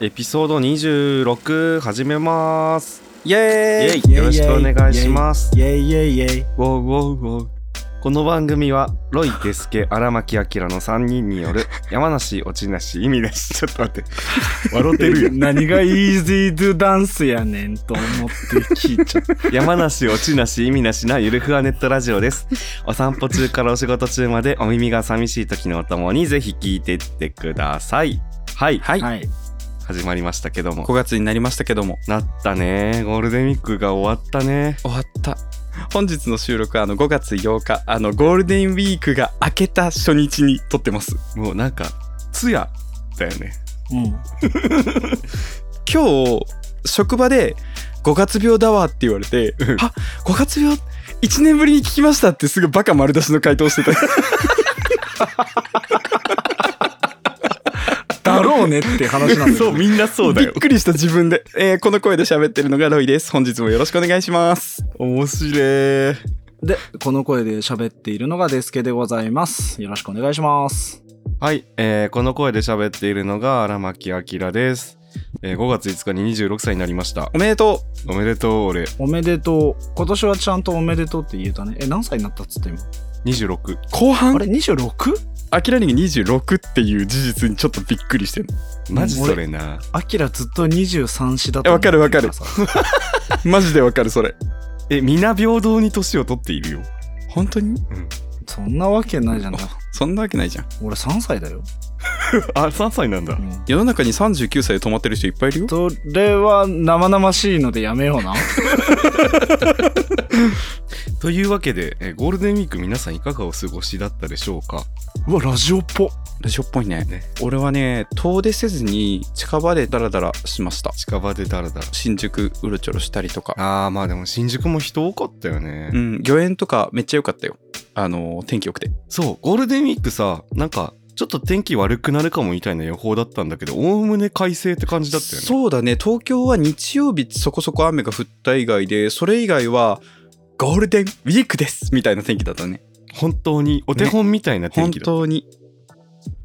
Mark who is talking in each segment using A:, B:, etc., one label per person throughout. A: エピソード26始めますイエーイ
B: イエーイ
A: よろしくお願いします
B: イェイイェイイェイ
A: ウォーウォーウォーこの番組はロイ・デスケ荒牧明の3人による山梨落ちなし意味なしちょっと待って笑ってるやん
B: 何が easy to dance やねんと思って聞いちゃった。
A: 山梨落ちなし意味なしなゆるふわネットラジオですお散歩中からお仕事中までお耳が寂しい時のお供にぜひ聞いてってくださいはい、
C: はい、
B: はい。
A: 始まりましたけども
C: 5月になりましたけども
A: なったねゴールデンウィークが終わったね
C: 終わった本日の収録はあの5月8日あのゴールデンウィークが明けた初日に撮ってます
A: もうなんか通夜だよね
B: うん。
C: 今日職場で5月病だわって言われて
A: うん
C: あ5月病1年ぶりに聞きましたってすぐバカ丸出しの回答してた
B: だろうねって話なんだよね。
A: みんなそ
C: びっくりした自分で、えーこの声で喋ってるのがロイです本日もよろしくお願いします
A: 面白い
B: で、この声で喋っているのがデスケでございます。よろしくお願いします。
A: はい、えーこの声で喋っているのが荒牧明です、えー5月5日に26歳になりました
C: おめでと
A: おめでとう俺
B: おめでとう。今年はちゃんとおめでとうって言えたね。え、何歳になったっつって今。
A: 26
C: う後
B: あ
C: 半
B: れ 26?
C: アキラリング26っていう事実にちょっとびっくりしてる
A: マジそれな
B: アキラずっと23子だった。
C: えわかるわかる
B: さ
C: マジでわかるそれ
A: え皆平等に年を取っているよ
C: 本当に
B: そんなわけない じゃん。
C: そんなわけないじゃん
B: 俺3歳だよ。
A: あ3歳なんだ
B: うん
C: 世の中に39歳で止まってる人いっぱいいるよ
B: それは生々しいのでやめような。
A: というわけで、えーゴールデンウィーク皆さんいかがお過ごしだったでしょうか
B: うわ、ラジオっぽ。
C: ラジオっぽいね
A: ね
C: 俺はね遠出せずに近場でダラダラしました
A: 近場でだらだら
C: 新宿うろちょろしたりとか
A: あーまあでも新宿も人多かったよね、
C: うん御苑とかめっちゃ良かったよあの天気良くて
A: そうゴールデンウィークさなんかちょっと天気悪くなるかもみたいな予報だったんだけどおおむね快晴って感じだったよね
C: そうだね東京は日曜日そこそこ雨が降った以外でそれ以外はゴールデンウィークですみたいな天気だったね
A: 本当にお手本みたいな天
C: 本
A: 気だった、
C: 当に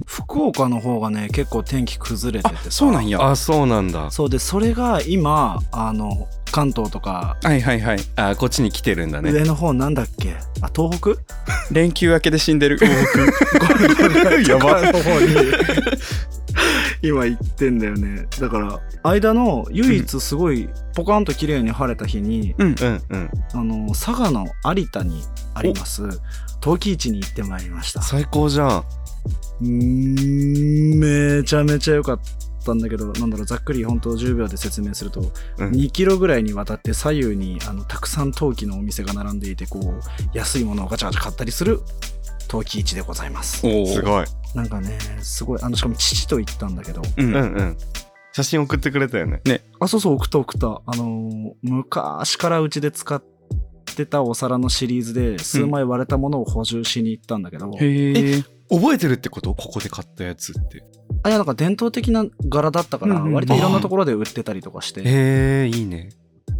B: 福岡の方がね結構天気崩れて
C: あ
B: てさ
C: そうなんやは
A: あそうなんだ
B: そうでそれが今あの関東とか
C: いはいはい
A: あこっちに来てるんだね
B: 上の方なんだっけあ東北
C: 連休明けで死んでる
A: やば
B: の方に 今行ってんだよねだから間の唯一すごいポカンと綺麗に晴れた日に、
C: うん
A: うんうん
B: あの佐賀の有田にあります陶器市に行ってまいりました
A: 最高じゃん
B: うーんめちゃめちゃ良かったんだけどなんだろうざっくり本当10秒で説明すると、
A: うん
B: 2キロぐらいにわたって左右にあのたくさん陶器のお店が並んでいてこう安いものをガチャガチャ買ったりする陶器市でございます
C: お
A: す
C: い
A: ごい
B: なんかねすごいあのしかも父と行ったんだけど
C: うん、
A: うんうん写真送ってくれたよね
B: あそうそう送った送ったあのー昔からうちで使ってたお皿のシリーズで数枚割れたものを補充しに行ったんだけど、
C: へえ
A: 覚えてるってことここで買ったやつって
B: あいやなんか伝統的な柄だったから
C: うんうん
B: 割といろんなところで売ってたりとかして、
A: へえいいね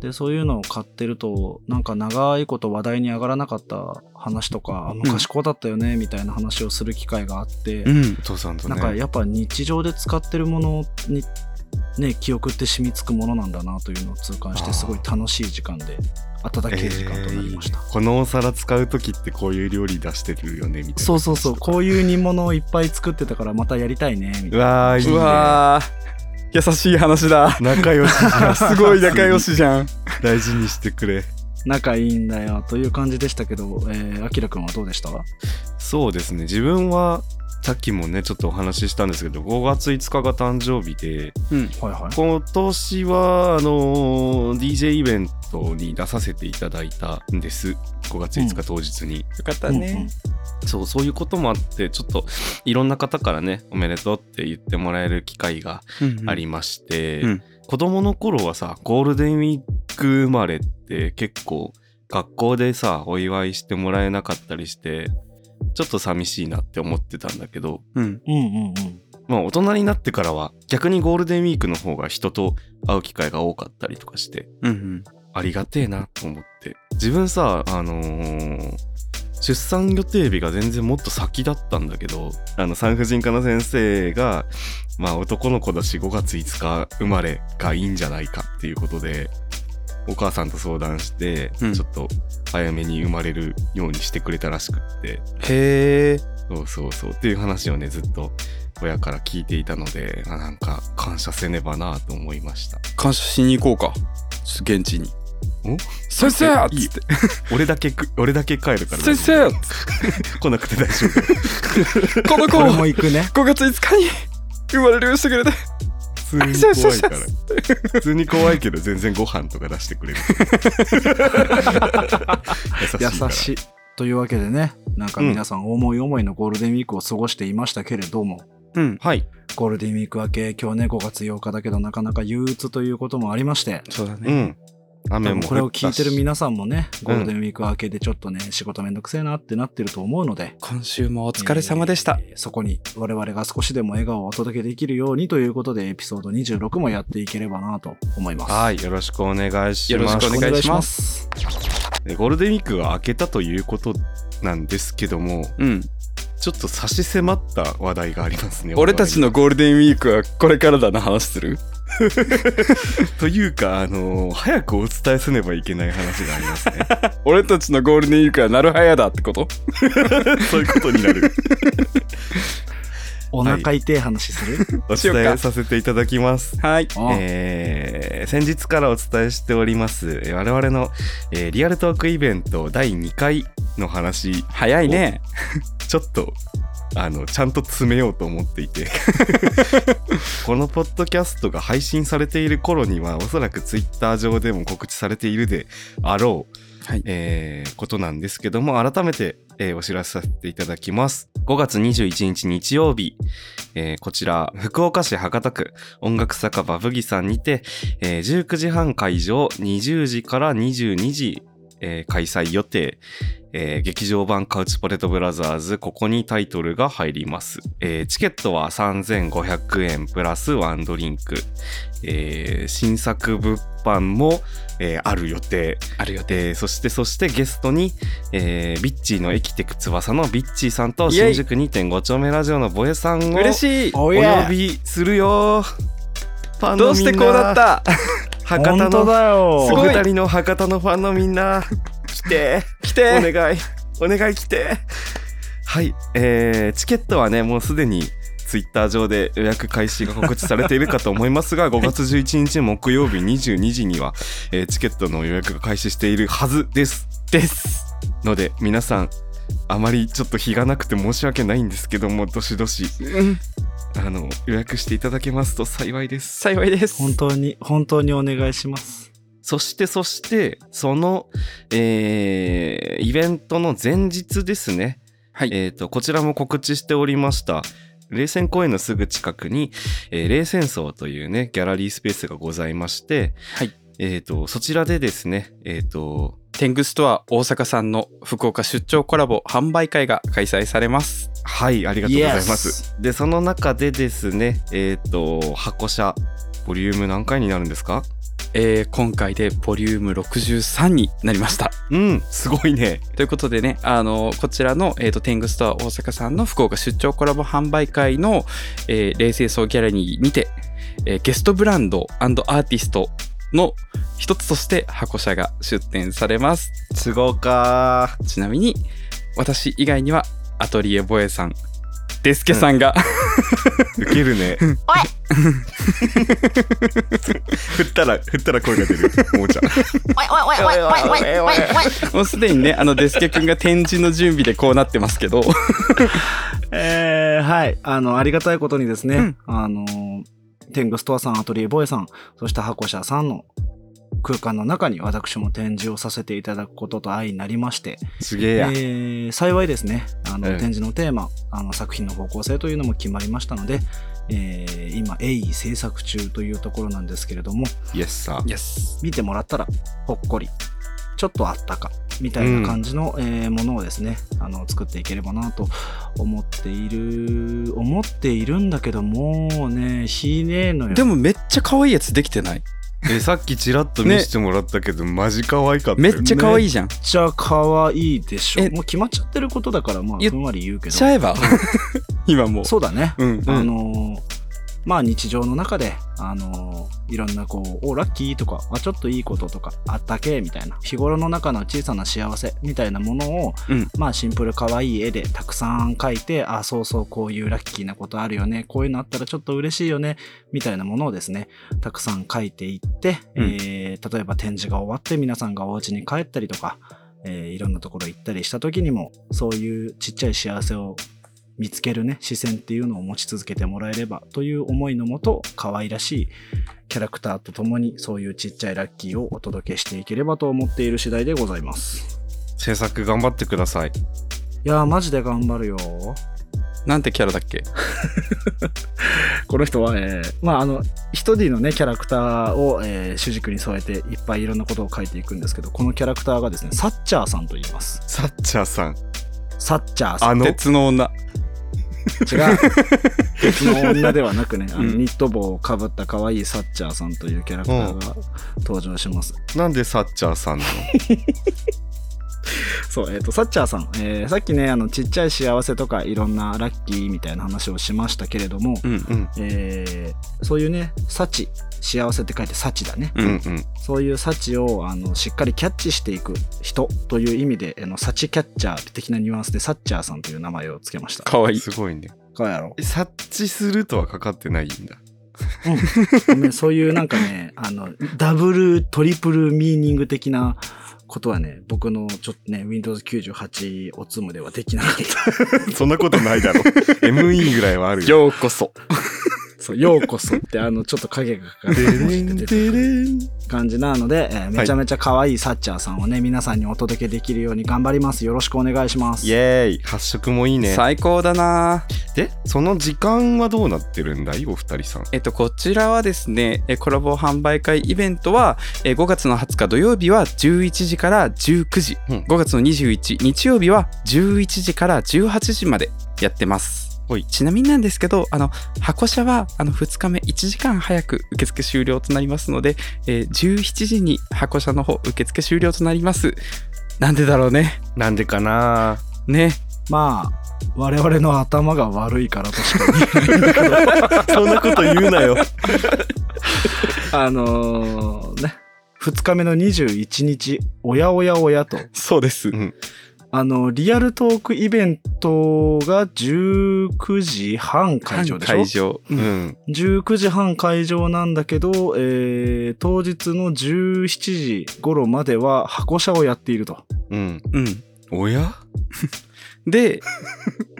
B: でそういうのを買ってるとなんか長いこと話題に上がらなかった話とか昔こうだったよねみたいな話をする機会があって、
C: うん
A: お父さんとね
B: なんかやっぱ日常で使ってるものにね記憶って染みつくものなんだなというのを痛感してすごい楽しい時間で温けい時間となりました、
A: えーいいねこのお皿使う時ってこういう料理出してるよねみたいな
B: そうそうそうこういう煮物をいっぱい作ってたからまたやりたいね
A: う
B: みたいな
A: わーいいね
C: うわー優しい話だ
A: 仲 良しじゃん
C: すごい仲良 しじゃん
A: 大事にしてくれ
B: 仲いいんだよという感じでしたけどえーあきらくんはどうでした
A: そうですね自分はさっきもねちょっとお話ししたんですけど5月5日が誕生日で
C: うん
B: はいはい
A: 今年はあのー DJ イベントに出させていただいたんです5月5日当日に、
C: よかった
B: うんうん
C: ね、
A: そうそういうこともあってちょっといろんな方からねおめでとうって言ってもらえる機会がありまして、
C: うん
A: 子供の頃はさゴールデンウィーク生まれって結構学校でさお祝いしてもらえなかったりしてちょっと寂しいなって思ってたんだけど
C: うん
B: うんうんうん
A: まあ大人になってからは逆にゴールデンウィークの方が人と会う機会が多かったりとかして
C: うんうん
A: ありがてえなと思って自分さあのー出産予定日が全然もっと先だったんだけどあの産婦人科の先生が、まあ、男の子だし5月5日生まれがいいんじゃないかっていうことでお母さんと相談して、
C: うん
A: ちょっと早めに生まれるようにしてくれたらしくって
C: へえ
A: そうそうそうっていう話をねずっと親から聞いていたのであなんか感謝せねばなと思いました
C: 感謝しに行こうか現地に
A: お
C: 先生っ
A: いい
C: つ
A: よ
C: って
A: 俺だけく俺だけ帰るから
C: 先生っつ っ
A: 来なくて大丈夫
C: てこの 子
B: これも
C: を
B: 行くね
C: 5月5日に生まれるようにしてくれて
A: 普通に怖いから普通に怖いけど全然ご飯とか出してくれる優しい
B: 優
A: から
B: しいというわけでねなんか皆さん思い思いのゴールデンウィークを過ごしていましたけれども、
C: うん
A: はい
B: ゴールデンウィーク明け今日ね5月8日だけどなかなか憂鬱ということもありまして
C: そうだ
A: う
C: ね
A: ん雨
B: 多
A: も降った
B: 分
A: し
B: これを聞いてる皆さんもね
A: う
B: ゴ
A: ん
B: ールデンウィーク明けでちょっとね仕事めんどくせえなってなってると思うので
C: 今週もお
B: お
C: 疲れ様でした、
B: そこに我々が少しでも笑顔をお届けできるようにということでエピソード26もやっていければなと思います
A: はいよろしくお願いします
C: よろしくお願いします
A: えゴールデンウィークが明けたということなんですけども
C: うん、
A: ちょっと差し迫った話題がありますね
C: 俺たち
A: の
C: のゴールデンウィークはこれからだな話する
A: というかあのー早くお伝えせねばいけない話がありますね
C: 俺たちのゴールデンウィークはなるはやだってこと
A: そういうことになる
B: お腹痛い話する、
A: お
C: しようか
A: 伝えさせていただきます
C: はい
B: あ
A: えー先日からお伝えしておりますえー我々の、えーリアルトークイベント第2回の話
C: 早いね
A: ちょっとあのちゃんと詰めようと思っていて このポッドキャストが配信されている頃にはおそらくツイッター上でも告知されているであろう、
C: はい
A: えーことなんですけども改めて、えーお知らせさせていただきます5月21日日曜日、えーこちら福岡市博多区音楽酒場ブギさんにて、えー19時半会場20時から22時、えー開催予定えー劇場版カウチポテトブラザーズここにタイトルが入ります、えーチケットは3500円プラスワンドリンク、えー新作物販も、えーある予定
C: あるよね
A: でそしてそしてゲストに、えービッチーのエキテク翼のビッチーさんと
C: イエイ
A: 新宿2.5丁目ラジオのボエさんを
C: 嬉しい
B: お
A: お
B: いえ
A: 呼びするよファンのみんな
C: どうしてこうなった
A: 博多
B: 本当
A: の
B: だよ
C: すごい
A: お二人の博多のファンのみんな来て
C: 来
A: お
C: て
A: 願い、お願い来て。はい、えーチケットはね、もうすでに。ツイッター上で予約開始が告知されているかと思います が5月11日木曜日22時には、えーチケットの予約が開始しているはずです
C: です
A: ので皆さんあまりちょっと日がなくて申し訳ないんですけどもどしどし
C: うん
A: あの予約していただけますと幸いです
C: 幸いです
B: 本当に本当にお願いします
A: そしてそしてその、えーイベントの前日ですね、
C: はい
A: えーとこちらも告知しておりました冷戦公園のすぐ近くに、えー冷戦荘というねギャラリースペースがございまして、
C: はい
A: えーとそちらでですねえっ、と
C: 天狗ストア大阪さんの福岡出張コラボ販売会が開催されます
A: はいありがとうございます、でその中でですねえっ、と箱車ボリューム何回になるんですか
C: えー今回でボリューム63になりました
A: うんすごいね
C: ということでね、あのこちらの、えー、と天狗ストア大阪さんの福岡出張コラボ販売会の、えー、冷静層ギャラリーにて、えーゲストブランドアーティストの一つとして箱車が出展されます
A: すごか
C: ちなみに私以外にはアトリエボエさんデスケさんが、
A: ウケるね。
D: おい
A: 振ったら、振ったら声が出る。もうちゃん。
D: Wait, wait, wait, wait, wait, wait, wait, wait.
C: もうすでにねあのデスケ君が展示の準備でこうなってますけど
B: えー、はいあのありがたいことにですね、
C: うん
B: あの天狗ストアさんアトリエボエさんそして箱車さんの空間の中に私も展示をさせていただくことと相なりまして、
A: すげえ
B: え
A: や。
B: ー幸いですねあの、
A: うん
B: 展示のテーマあの作品の方向性というのも決まりましたので、えー今鋭意制作中というところなんですけれども
A: イエスさ。
C: イエス
B: 見てもらったらほっこりちょっとあったかみたいな感じの、えーものをですねあの作っていければなと思っている思っているんだけどもうねひねえのよ
C: でもめっちゃ可愛いやつできてない
A: えさっきちらっと見せてもらったけど、マジ可愛かった
C: め
A: よ
C: っちゃ可愛いじゃん。
B: じゃあ可愛いでしょ
C: え
B: もう決まっちゃってることだからまあ
C: 言っ
B: ふんわり言うけど
C: ちゃえば 今もう。
B: そうだね、
C: うん。
A: うん
B: あのーまあ日常の中であのーいろんなこう「おラッキー」とか「あちょっといいこと」とか「あったけ」みたいな日頃の中の小さな幸せみたいなものを、
C: うん
B: まあシンプル可愛い絵でたくさん描いて「あそうそうこういうラッキーなことあるよねこういうのあったらちょっと嬉しいよね」みたいなものをですねたくさん描いていって、
C: うん
B: えー例えば展示が終わって皆さんがお家に帰ったりとか、えーいろんなところ行ったりした時にもそういうちっちゃい幸せを見つけるね視線っていうのを持ち続けてもらえればという思いのもと可愛らしいキャラクターとともにそういうちっちゃいラッキーをお届けしていければと思っている次第でございます
A: 制作頑張ってください
B: いやーマジで頑張るよ
C: なんてキャラだっけ
B: この人は、えーまああのヒトディのねキャラクターを、えー主軸に添えていっぱいいろんなことを書いていくんですけどこのキャラクターがですねサッチャーさんと言います
A: サッチャーさん
B: サッチャーさん
A: あの
C: 鉄の女。
B: 違う別の女ではなくねあの
C: うん
B: ニット帽をかぶった可愛いサッチャーさんというキャラクターが登場します、
A: なんでサッチャーさんなの
B: そう、えっ、と、サッチャーさん、えーさっきね、あの、ちっちゃい幸せとか、いろんなラッキーみたいな話をしましたけれども、
C: うん。
A: うん
B: えーそういうね、幸、幸せって書いて幸だね。
A: う
C: うんん
A: うん
B: そういう幸を、あの、しっかりキャッチしていく人という意味で、あの、幸キャッチャー的なニュアンスで、サッチャーさんという名前をつけました。
C: 可愛い。
A: すごいね
B: かやろ
A: え察知するとはかかってないんだ
B: ごめん、そういうなんかね、あの、ダブル、トリプルミーニング的な、ことはね、僕のちょっとね、Windows 98おつむではできなかった。
A: そんなことない だろ ME ぐらいはあるよ
C: ようこそ。
B: そう、ようこそって、あの、ちょっと影がかかっ
A: で
B: て
A: れん
B: 出て
A: で
B: く
A: れ
B: る
A: ん
B: 感じなので、えー
A: い
B: めちゃめちゃ可愛いサッチャーさんをね、皆さんにお届けできるように頑張ります。よろしくお願いします。
A: イエーイ発色もいいね
C: 最高だな
A: でその時間はどうなってるんだいお二人さん
C: えっと、こちらはですね、えコラボ販売会イベントは、え5月の20日土曜日は11時から19時、
A: うん
C: 5月の21日曜日は11時から18時までやってます。
A: はい
C: ちなみになんですけど、あの、箱車は、あの、2日目1時間早く受付終了となりますので、えー17時に箱車の方受付終了となります。なんでだろうね。
A: なんでかな
C: ね。
B: まあ、我々の頭が悪いからとしか言えないんだけど、
A: そんなこと言うなよ
B: あのーね、2日目の21日、おやおやおやと、
C: そうです。
A: うん
B: あの、リアルトークイベントが19時半会場でしょ
C: 会場。
A: うん
B: 19時半会場なんだけど、えー当日の17時頃までは箱車をやっていると。
A: うん
C: うん。
A: おや
C: で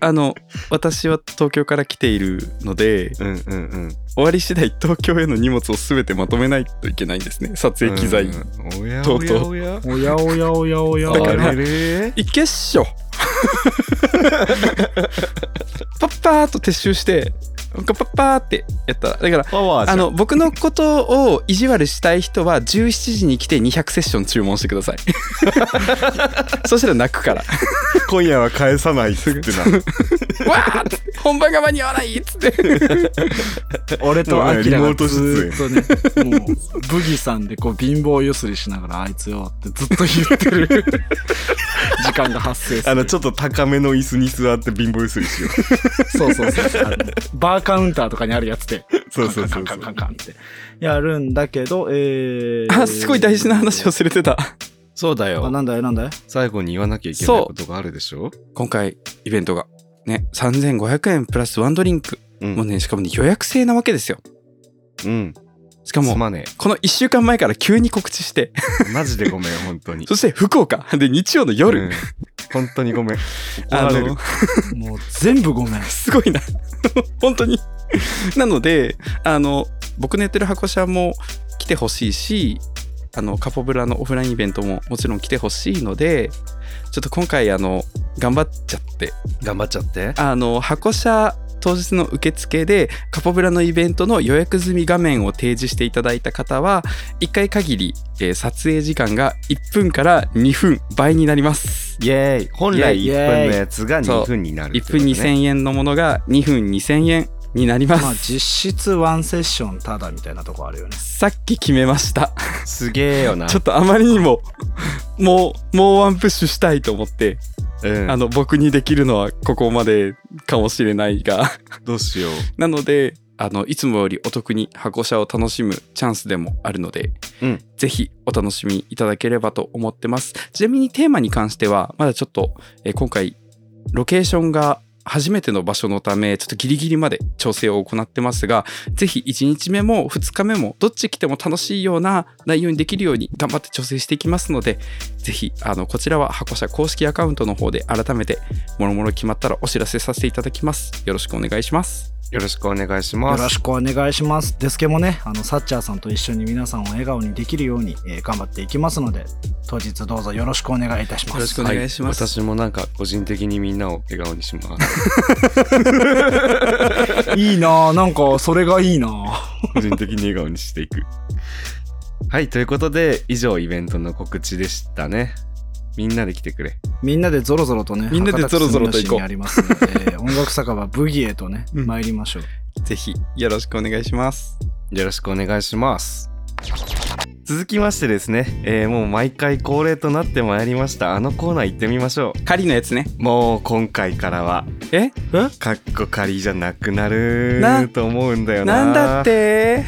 C: あの私は東京から来ているので
A: うんうんうん
C: 終わり次第東京への荷物を全てまとめないといけないんですね撮影機材、
A: うんおや
C: と
A: お
C: うと
A: や
C: う
A: おや
B: おやおやおやおやお
C: だ
B: や。
C: から
A: あれ
C: いけっし ょパッパーっと撤収してパッパーってやったらだから
A: パワーじゃ
C: あ
A: ん
C: の僕のことを意地悪したい人は17時に来て200セッション注文して くださいそしたら泣くから
A: 今夜は返さないっつってな
C: わーっつって本番が間に合わないっつって
B: 俺とアキラ
A: リモ
B: が
A: ート
B: ず
A: 出
B: ーっとね、もう、ブギさんでこう貧乏ゆすりしながらあいつよってずっと言ってる時間が発生す る。
A: あのちょっと高めの椅子に座って貧乏ゆすり しよう
B: そうそうそう。あのバーカウンターとかにあるやつで、
A: そうそうそうそう
B: カンカンカンカンカンカンってやるんだけど、えー、
C: あすごい大事な話忘れてた
A: そうだ
B: あ、なんだいなんだい
A: 最後に言わなきゃいけないことがあるでしょ
C: 今回イベントがね3500円プラスワンドリンク、
A: うん
C: もうねしかもね予約制なわけですよ
A: うん
C: しか
A: す
C: も
A: まね
C: この1週間前から急に告知して
A: えマジでごめん本当に
C: そして福岡で日曜の夜、
A: うん本当にごめん怒
C: あ
A: られる
C: の
B: もう全部ごめん。
C: すごいな 本当になのであの僕のやってる箱車も来てほしいしあのカポブラのオフラインイベントももちろん来てほしいのでちょっと今回あの頑張っちゃって
A: 頑張っちゃって
C: あの箱車当日の受付でカポブラのイベントの予約済み画面を提示していただいた方は1回限り、えー撮影時間が1分から2分倍になります
A: イエーイ本来
B: イエ
A: 1
B: ーイ
A: 分のやつが2分になるって
C: 1
A: こと
C: 分
A: ね
C: 2000円のものが2分2000円になります、
B: まあ実質ワンセッションただみたいなとこあるよね。
C: さっき決めました
A: すげえよな
C: ちょっとあまりにも もうもうワンプッシュしたいと思って、
A: うん
C: あの僕にできるのはここまでかもしれないが
A: どうしよう
C: なのであのいつもよりお得に箱車を楽しむチャンスでもあるので、
A: うん
C: ぜひお楽しみいただければと思ってますちなみにテーマに関してはまだちょっと、えー今回ロケーションが初めての場所のためちょっとギリギリまで調整を行ってますがぜひ1日目も2日目もどっち来ても楽しいような内容にできるように頑張って調整していきますのでぜひあのこちらは箱車公式アカウントの方で改めてもろもろ決まったらお知らせさせていただきますよろしくお願いします
A: よろしくお願いし
B: よ
A: ま
B: ろ
A: す
B: しくお願いします。デスケもね、あのサッチャーさんと一緒に皆さんを笑顔にできるように、えー頑張っていきますので、当日どうぞよろしくお願いいたします。
C: よろしくお願いします
A: は私もなんか個人的にみんなを笑顔にします
B: いいなあなんかそれがいいな あ
A: 個人的に笑顔にしていくはいということで以上イベントの告知でしたねみんなで来てくれ
B: みんなでゾロゾロとね、
C: みんなでゾロゾロと行こ
B: 博多区住吉
C: う
B: にありますの で、音楽酒場ブギへとね、
C: うん
B: 参りましょう。
C: ぜひよろしくお願いします。
A: よろしくお願いします続きましてですね、えーもう毎回恒例となってまいりましたあのコーナー行ってみましょ
C: 狩りのやつね。
A: うもう今回からは
C: え
A: カッコ仮じゃなくなる
C: な
A: と思うんだよな
C: なんだって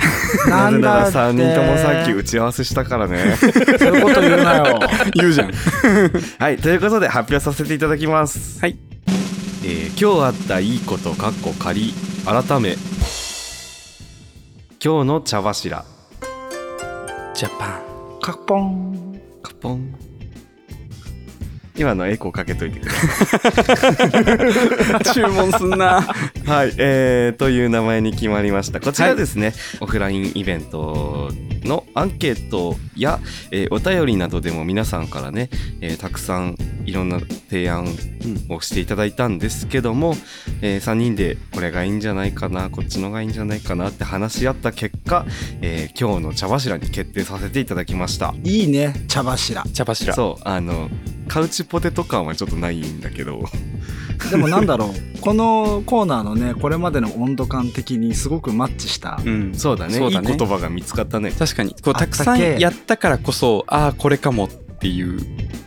A: なぜなら
B: って
A: 3人ともさっき打ち合わせしたからね
B: そういうこと言うなよ。
C: 言うじゃん。
A: はいということで発表させていただきます
C: はい、
A: えー今日あったいいことかっこ仮改め今日の茶柱
C: ジャパン。
B: カッポン。
A: カポン今のエコーかけといてください
C: 注文すんな。
A: はい、えー、という名前に決まりましたこちらですね、オフラインイベントのアンケートや、えーお便りなどでも皆さんからね、えーたくさんいろんな提案をしていただいたんですけども、え3人でこれがいいんじゃないかなこっちのがいいんじゃないかなって話し合った結果、えー今日の茶柱に決定させていただきました
B: いいね、茶柱。
C: 茶柱。
A: そうあのカウチポテト感はちょっとないんだけど
B: でもなんだろう、このコーナーのね、これまでの温度感的にすごくマッチした。
C: うん。
A: そうだね
C: そうだ
A: い
C: ね
A: い言葉が見つかったね
C: 確かに。こう
B: あったけ
C: たくさんやったからこそ、ああ、これかもっていう。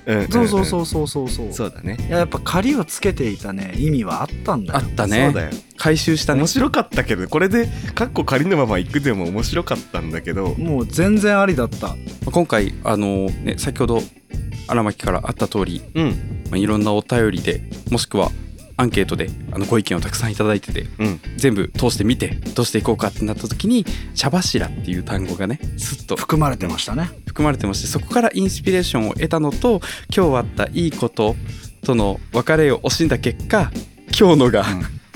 A: うんん
B: そうそうそうそうそうそう。
A: うんそうだね
B: いややっぱ仮をつけていたね意味はあったんだ
C: あ
B: よ
C: った
A: そう
C: ね。
A: だよ
C: 回収したね
A: 面。白かったけどこれでカッコ仮のまま行くでも面白かったんだけど
B: もう全然ありだった
C: 今回、あのーね、先ほど荒牧からあった通り、
A: うん
C: まあ、いろんなお便りで、もしくはアンケートであのご意見をたくさんいただいてて、
A: うん
C: 全部通してみて、どうしていこうかってなった時に、茶柱っていう単語がね、すっと
B: 含まれてました ね
C: 含まれてましてそこからインスピレーションを得たのと今日あったいいこととの別れを惜しんだ結果今日のが、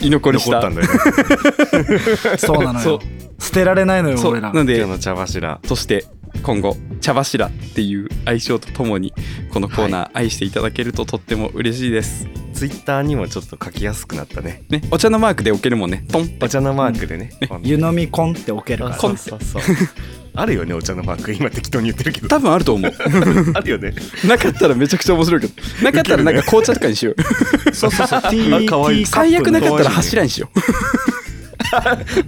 C: 居残りし
A: 残
C: た
A: ったんだよね
B: そうなの
C: そ
B: よ捨てられないのよ
C: そう
B: 俺
C: な
B: ら
C: の
A: 今
C: で
A: 日の茶柱
C: そして今後茶柱っていう愛称とともにこのコーナー愛していただけるととっても嬉しいです、
A: ツイッターにもちょっと書きやすくなったね
C: ね、お茶のマークで置けるもんねトンって
A: お茶のマークでね、こん
B: 湯飲みコンって置けるか
A: あ
B: ら
A: そうそうそうあるよねお茶のマーク今適当に言ってるけど
C: 多分あると思う
A: あるよね
C: なかったらめちゃくちゃ面白いけどなかったらなんか紅茶とかにしよう、
B: そうそうそう T,
A: あ
B: T カ
A: 可愛い
B: ップ
C: 最悪なかった
A: 可愛いね
C: ら柱にしよう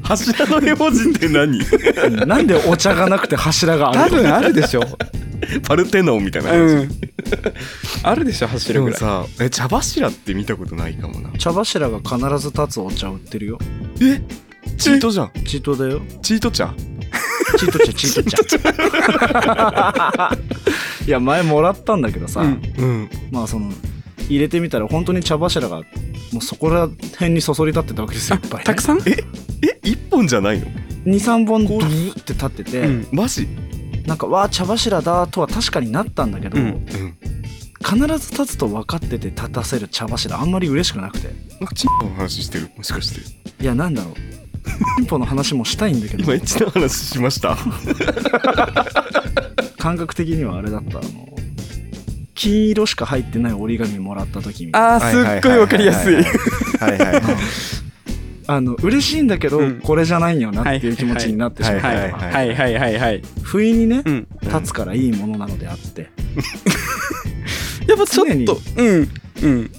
A: 柱の絵文字って 何
B: うんなんでお茶がなくて柱があ
C: 多
B: る
C: 分あるでしょ
A: パルテノンみたいな感じ、
C: うんあるでしょ
A: で
C: 柱ぐ
A: も
C: らい
A: さえ茶柱って見たことないかもな
B: 茶柱が必ず立つお茶売ってるよ
A: えチートじゃん
B: チート だよ
A: チート茶
B: チート茶チート 茶いや前もらったんだけどさ、
C: うん
A: うん
B: まあその入れてみたら本当に茶柱がもうそこら辺にそそり立ってたわけですよいっぱい、ね、
C: たくさん
A: え一本じゃないの
B: 23本ドゥーって立ってて、
C: うん
A: マジ
B: なんか「わあ茶柱だ」とは確かになったんだけど、
C: うん
A: うん
B: 必ず立つと分かってて立たせる茶柱あんまり嬉しくなくて
A: なんかチンポの話してるもしかして
B: いやなんだろう進歩の話もしたいんだけど
A: 今エッチな話しま した
B: 感覚的にはあれだったあの金色しか入ってない折り紙もらった時にあ
C: ああ、すっごいわかりやすい。
A: はいはいはい
B: の嬉しいんだけど、
C: うん
B: これじゃないんよなっていう気持ちになってしまった、
A: はいはい
C: はいはいはいはい。
B: 不意にね、
C: うん。
B: 立つからいいものなのであって、
C: やっぱちょっと、うん。うん。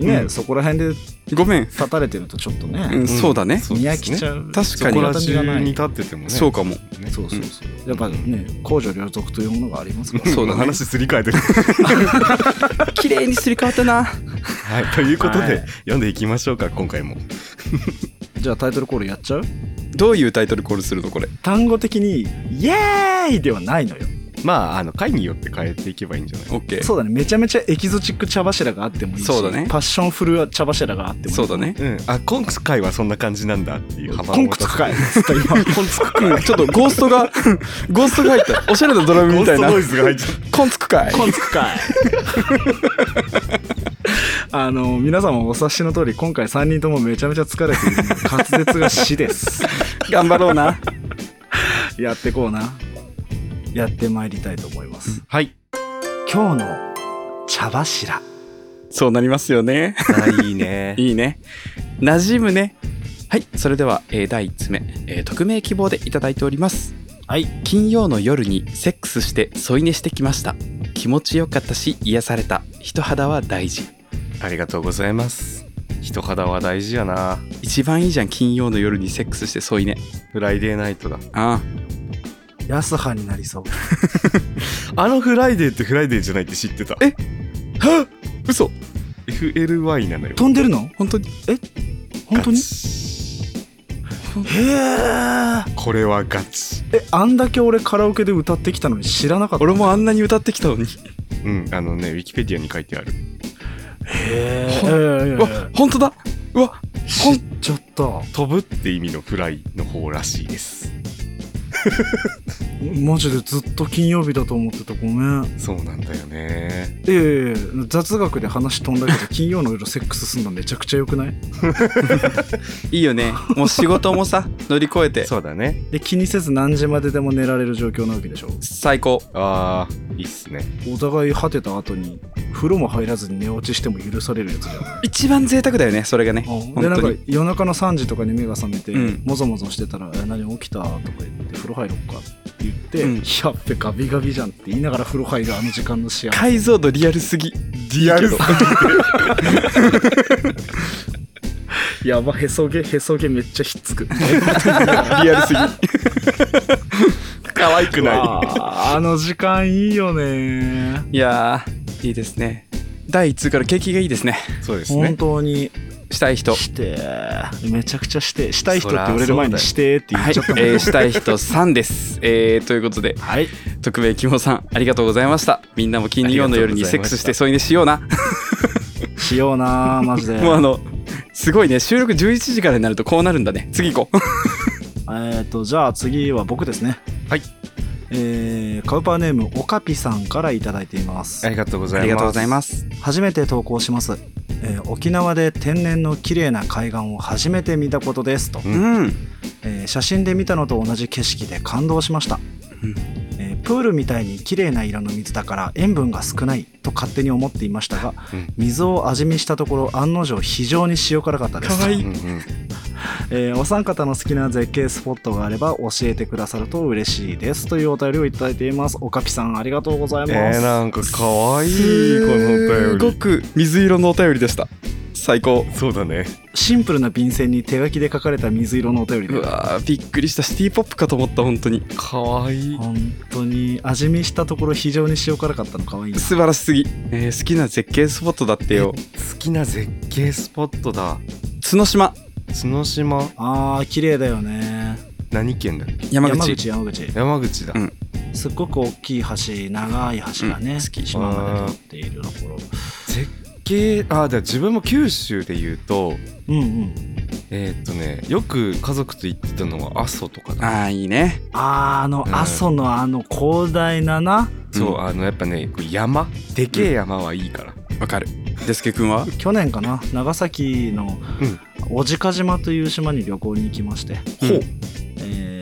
B: ね、
C: うん
B: そこら辺で
C: ごめん、
B: 立たれてるとちょっと
C: う
B: ね
C: ん、そうだね。
A: そ
B: 見
A: で
B: 飽
A: す
B: きちゃう
C: 確
A: そ
C: か
A: こ
C: に
A: ら
B: 形がな
A: 中に
B: い
A: 立っててもね
C: そうかも
A: ね
B: そうそうそうやっぱね公序良俗というものがありますから
C: そうだね
A: 話すり替えてる
C: 綺麗にすり替わったな。
A: はいということで、
B: はい
A: 読んでいきましょうか今回も
B: じゃあタイトルコールやっちゃう
C: どういうタイトルコールするのこれ。
B: 単語的に「イエーイ!」ではないのよ
A: まああの回によって変えていけばいいんじゃない
C: オッケー。
B: そうだねめちゃめちゃエキゾチック茶柱があってもいいし
C: そうだね
B: パッションフル茶柱があってもいい
C: そうだね。
A: うん、あ今回はそんな感じなんだっていう幅を
B: コンクつくかいちょっと今
A: コンツク
C: うんちょっとゴーストが ゴーストが入ったおしゃれなドラム
A: ゴー
C: み
A: ス
C: たい
A: ト
C: な
A: ノイズが入っちゃっ
C: コンつくかい
B: コンつくかいあの皆さんもお察しの通り今回3人ともめちゃめちゃ疲れているので滑舌が死です
C: 頑張ろうな
B: やってこうなやってまいりたいと思います、
A: たはい
B: 今日の茶柱
C: そうなりますよね
A: あ いいね
C: いいね馴染むねはいそれでは、えー第1つ目、えー匿名希望でいただいております
B: はい
C: 金曜の夜にセックスして添い寝してきました気持ちよかったし癒された人肌は大事
A: ありがとうございます人肌は大事やな
C: 一番いいじゃん金曜の夜にセックスして添い寝
A: フライデーナイトだ
C: あ
B: 安葉になりそう
A: あのフライデーってフライデーじゃないって知ってた
C: えあはっ嘘
A: FLY なのよ
B: 飛んでるの
C: 本当に
B: 本当に
A: ガチ
B: へえ
A: これはガチ
B: えあんだけ俺カラオケで歌ってきたのに知らなかった
C: 俺もあんなに歌ってきたのに
A: うんあのねウィキペディアに書いてある
B: へ
C: ほん
B: え
C: うわ本当だうわ
B: 知っちゃった
A: 飛ぶって意味のフライの方らしいです
B: マジでずっと金曜日だと思ってたごめん
A: そうなんだよね
B: いやいやいや雑学で話飛んだ けど金曜の夜セックスすんのめちゃくちゃ良くない
C: いいよねもう仕事も さ乗り越えて
A: そうだね
B: で気にせず何時まででも寝られる状況なわけでしょ
C: 最高
A: あーいいっすね
B: お互い果てた後に風呂も入らずに寝落ちしても許されるやつじゃん
C: 一番贅沢だよねそれがね
B: うん
C: 本
B: でなん
C: 当
B: か
C: に
B: 夜中の3時とかに目が覚めて、
C: うん
B: もぞもぞしてたら「え何起きた?」とか言って「風呂入ろうか」って言って「
C: うん
B: やっべガビガビじゃん」って言いながら風呂入るあの時間の幸せ
C: 解像度リアルすぎリアル
B: やばへそ毛へそ毛めっちゃひっつく
C: リアルすぎ
A: 可愛く
B: わああの時間いいよね
C: いやーいいですね第1通から景気がいいですね
A: そうです
B: 本
A: ね
B: 当に
C: したい人
B: してめちゃくちゃしてしたい人って言われる前にしてって言
C: は
B: っ
C: い
B: ちゃったもん、
C: えーしたい人3です、えーということで
B: はい、
C: 特命希望さんありがとうございましたみんなも金曜の夜にセックスして添い寝しような
B: しようなマジ で
C: もうあのすごいね収録11時からになるとこうなるんだね次行こう
B: えっとじゃあ次は僕ですね
A: はい
B: えー、カウパーネームオカピさんからいただいています
A: ありがとうございます
C: ありがとうございます
B: 初めて投稿します、えー沖縄で天然の綺麗な海岸を初めて見たことですと、
A: う
C: うん
B: えー写真で見たのと同じ景色で感動しました、
C: うん
B: えープールみたいに綺麗な色の水だから塩分が少ないと勝手に思っていましたが、
A: うん
B: 水を味見したところ案の定非常に塩辛かったです
C: かわいい
A: うんうん
B: えーお三方の好きな絶景スポットがあれば教えてくださると嬉しいですというお便りをいただいていますおかぴさんありがとうございます、
A: えー、なんかかわいいこの
C: す
A: お
C: ご
A: 便
C: く水色のお便りでした最高
A: りそうだね
B: シンプルな便箋に手書きで書かれた水色のお便りで
C: うわーびっくりしたシティポップかと思った本当に
A: かわいい
B: 本当に味見したところ非常に塩辛かったの可愛いな
C: 素晴らしすぎ、えー好きな絶景スポットだってよ
A: 好きな絶景スポットだ
C: 角島
A: 角島
B: あー綺麗だよね
A: 何県だっけ
C: 山口
B: 山口山口
A: 山口だ、
C: うん
B: すっごく大きい橋長い橋がね、
C: うん
B: 島まで通っているところ
A: 絶景あじゃあ自分も九州で言うと
B: うんうん
A: えーっとねよく家族と行ってたのは阿蘇とかだ
C: ああいいね
B: あーあの
A: うん
B: 阿蘇のあの広大なな
A: そう、
C: うん
A: あのやっぱねこう山でけえ山はいいから、
C: わかるデスケ君は
B: 去年かな長崎の
A: うん
B: 小値賀島という島に旅行に行きまして、
C: ほう
B: えー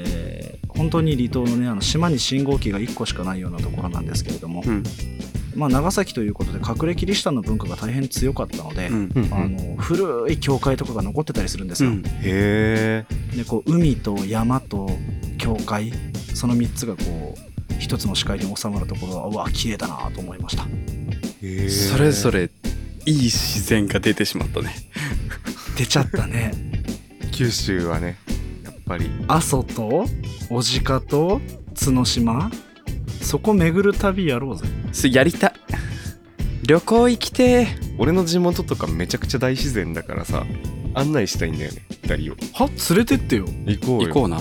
B: 本当に離島のねあの島に信号機が1個しかないようなところなんですけれども、
C: うん
B: まあ、長崎ということで隠れキリシタンの文化が大変強かったので、
C: うん
A: うん
B: あの古い教会とかが残ってたりするんです
C: う
B: よ、
C: ん
A: へえ
B: でこう海と山と教会その3つがこう一つの視界に収まるところはうわ綺麗だなと思いました
A: へえ
C: それぞ
A: れ
C: れいい自然が出てしまったね
B: 出ちゃったね
A: 九州はねやっぱり
B: 阿蘇と小鹿と角島そこ巡る旅やろうぜ
C: すやりた旅行行きて
A: 俺の地元とかめちゃくちゃ大自然だからさ案内したいんだよね二人を
B: は連れてってよ
A: 行こう
C: ー
A: よ
C: 行こうな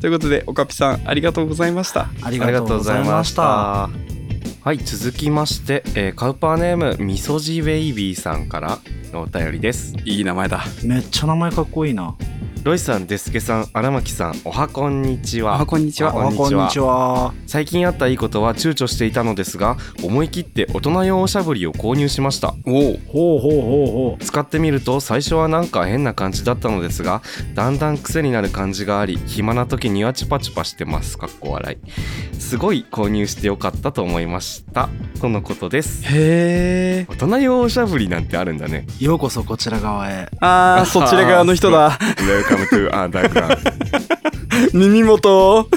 C: ということでおかぴさんありがとうございました
B: ありがとうございました
A: ありがとうございましたはい続きまして、えーカウパーネームみそじベイビーさんからのお便りです
C: いい名前だ
B: めっちゃ名前かっこいいな
A: ロイさんデスケさん荒牧さんおはこんにち
C: お
A: は
C: はこんにち
A: あ
C: は
A: こんにちは
B: あは
A: 最近あったいいことは躊躇していたのですが思い切って大人用おしゃぶりを購入しました
C: おお
B: ほうほうほうほ
A: 使ってみると最初はなんか変な感じだったのですがだんだん癖になる感じがあり暇な時にはチュパチュパしてますかっこ笑いすごい購入してよかったと思いましたとのことです
C: へえ
A: 大人用おしゃぶりなんてあるんだね
B: うようこそこちら側へ
C: あーそちら側の 人だ
A: Welcome to a d a r
C: 耳元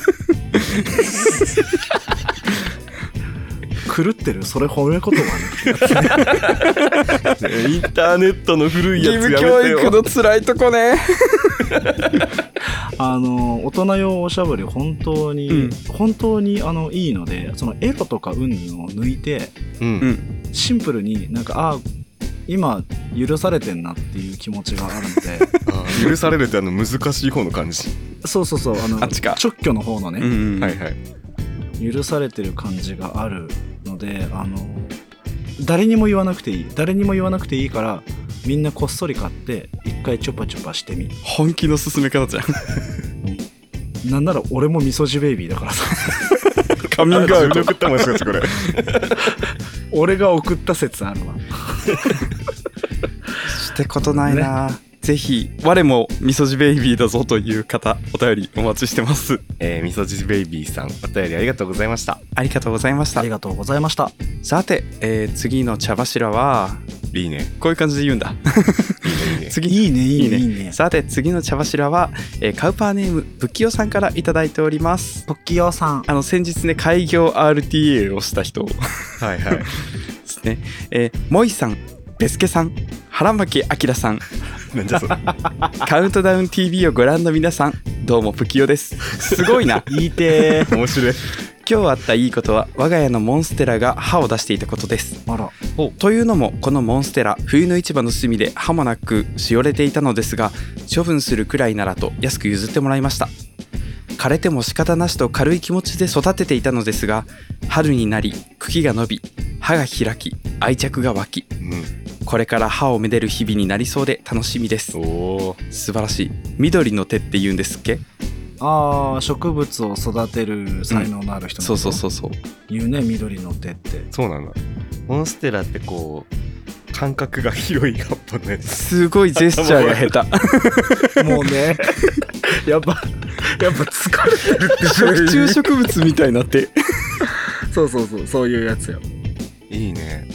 B: 狂ってるそれ褒め言葉 ね
A: インターネットの古い
C: 義
A: やつ
C: 務
A: や
C: 教
A: めて
C: 育
A: よ
C: の辛いとこね
B: あの大人用おしゃぶり本当に、
C: うん
B: 本当にあのいいのでそのエロとかうんを抜いて
A: うん
B: シンプルになんかあー今許されてんなっていう気持ちがあるので
A: 許されるってあの難しい方の感じ
B: そうそうそうあの
C: あっちか
B: 直挙の方のね、
C: ん
A: はいはい
B: 許されてる感じがあるのであの誰にも言わなくていい誰にも言わなくていいからみんなこっそり買って一回チョパチョパしてみ
C: 本気の進め方じゃん
B: なんなら俺も味噌汁ベイビーだからさ
C: カミングアウト
A: 送ったもんしかしこれ
B: 俺が送った説あるわ
C: してことないな、ぜひ我もみそじベイビーだぞという方お便りお待ちしてます
A: えー、みそじベイビーさんお便りありがとうございました
C: ありがとうございまし
B: あ
C: た
B: りがとうございました
C: さて、えー次の茶柱はい
A: いね
C: こういう感じで言うんだ
A: いいねいいね
C: 次
B: いいねいいね
C: い
B: い
C: い
B: い
C: ね
B: ね
C: さて次の茶柱は、えーカウパーネームぶきよさんからいただいております
B: ポッキーオさん
C: あの先日ね開業 RTA をした人
A: はいはい
C: ですね、えー、モイさんベスケさん腹巻明さん
A: なんじゃそれ
C: カウントダウン TV をご覧の皆さんどうもぷきよですすごいな
B: いいて
A: 面白い
C: 今日あったいいことは我が家のモンステラが歯を出していたことです
B: ー あら
C: というのもこのモンステラ冬の市場の隅で歯もなくしおれていたのですが処分するくらいならと安く譲ってもらいました枯れても仕方なしと軽い気持ちで育てていたのですが春になり茎が伸び歯が開き愛着が湧き
A: うん
C: これから歯をめでる日々になりそうで楽しみです
A: おー
C: 素晴らしい緑の手って言うんですっけ
B: あー植物を育てる才能のある人
C: そうそう
B: う
C: そうそう
B: 言うね緑の手って
A: そうなんだモンステラってこう感覚が広い葉っぱのやつ
C: すごいジェスチャーが下手
B: もうね やっぱやっぱ疲れて るって
C: 食虫植物みたいになって
B: そうそうそうそういうやつよ
A: いいね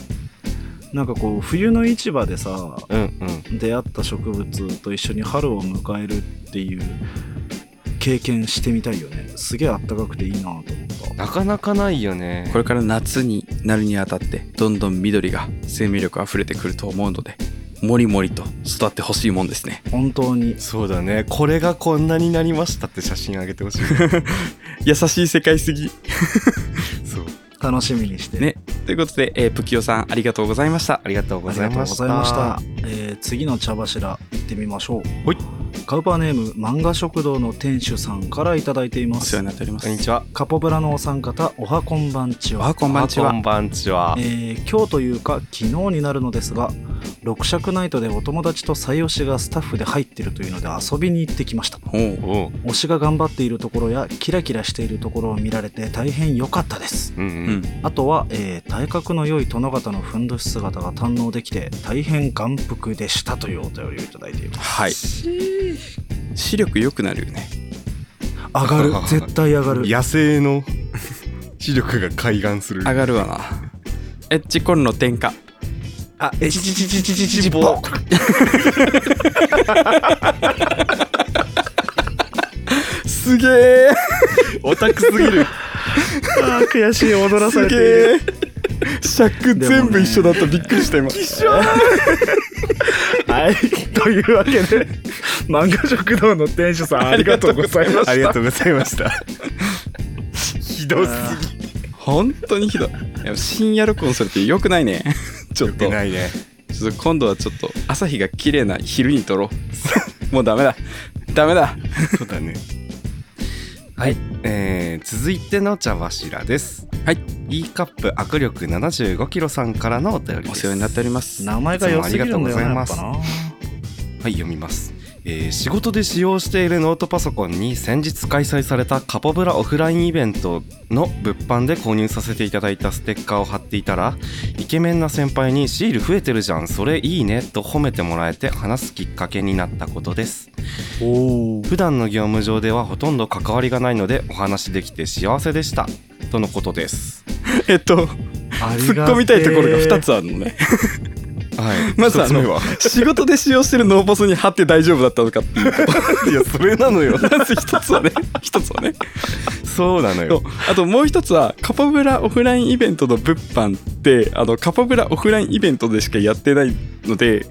B: なんかこう冬の市場でさ
A: うんうん
B: 出会った植物と一緒に春を迎えるっていう経験してみたいよねすげえあったかくていいなと思った
A: なかなかないよね
C: これから夏になるにあたってどんどん緑が生命力あふれてくると思うのでもりもりと育ってほしいもんですね
B: 本当に
A: そうだねこれがこんなになりましたって写真あげてほ しい
C: 優しい世界すぎ
A: そう
B: 楽しみにして、
C: ねということで、えー、プキオさんありがとうございました
A: ありがとう
B: あ
A: ご
B: り
A: ざ
B: が
A: い
B: とう
A: ま
B: ご
A: した
B: ざいましたえー次の茶柱行ってみましょう
A: ほい
B: カウパーネーム漫画食堂の店主さんからいただいていま
C: お
B: す
C: 世話になっております
A: こんにちは
B: カポブラのお三方おはこんばんち
C: お
B: は
C: はこんばんちは
A: こんばんちは
B: えー今日というか昨日になるのですが六尺ナイトでお友達と西吉がスタッフで入ってるというので遊びに行ってきました
C: おう
A: おう
B: 推しが頑張っているところやキラキラしているところを見られて大変良かったです
A: うん
C: う
A: うん
C: ん
B: あとは、えー体格の良い殿方のふんどし姿が堪能できて大変眼福でしたというお便りをいただいています
C: はい視力良くなるよね
B: 上がる絶対上がる
A: 野生の視力が開眼する
C: 上がるわなエッチコンの天下
B: あえちちちちちちちぼ
A: ぼ
C: すげえ
A: オタクすぎる
B: あー悔しい踊らされている
C: え尺全部一緒だったびっくりした今
B: はい。というわけで、漫画食堂の店主さん、ありがとうございま
A: あ
B: し
A: り
B: た
A: が。とうございま した。ひどす
C: 本当にひどいいや深夜録音するってよくないねちょっ
A: ぎ
C: と
A: てないね。
C: ちょっと今度はちょっと朝日が綺麗な昼に撮ろうもうダメだダメだ
A: そうだね。はい、えー続いての茶柱です。
C: はい、
A: E カップ握力75キロさんからのお便りで
C: お
A: す。
C: 世話になっております
B: 名前が良すぎるんだよな、
A: いつもあ
B: やっ
A: りがと
B: ぱ
A: う
B: な。
A: はい読みます、えー仕事で使用しているノートパソコンに先日開催されたカポブラオフラインイベントの物販で購入させていただいたステッカーを貼っていたらイケメンな先輩にシール増えてるじゃんそれいいねと褒めてもらえて話すきっかけになったことです
B: おー
A: 普段の業務上ではほとんど関わりがないのでお話できて幸せでしたとのことです
C: えっと
B: あり
C: 突
B: が
C: っ
B: てー
C: 込みたいところが2つあるのね
A: はい
C: まずあ
A: 一
C: の
A: つ目は
C: 仕事で使用してるノーパソに貼って大丈夫だったのかっていう
A: いやそれなのよ
C: まず1つはね1つは ね
A: そうなの
C: そ
A: よ
C: うあともう一つはカパブラオフラインイベントの物販ってあのカパブラオフラインイベントでしかやってないので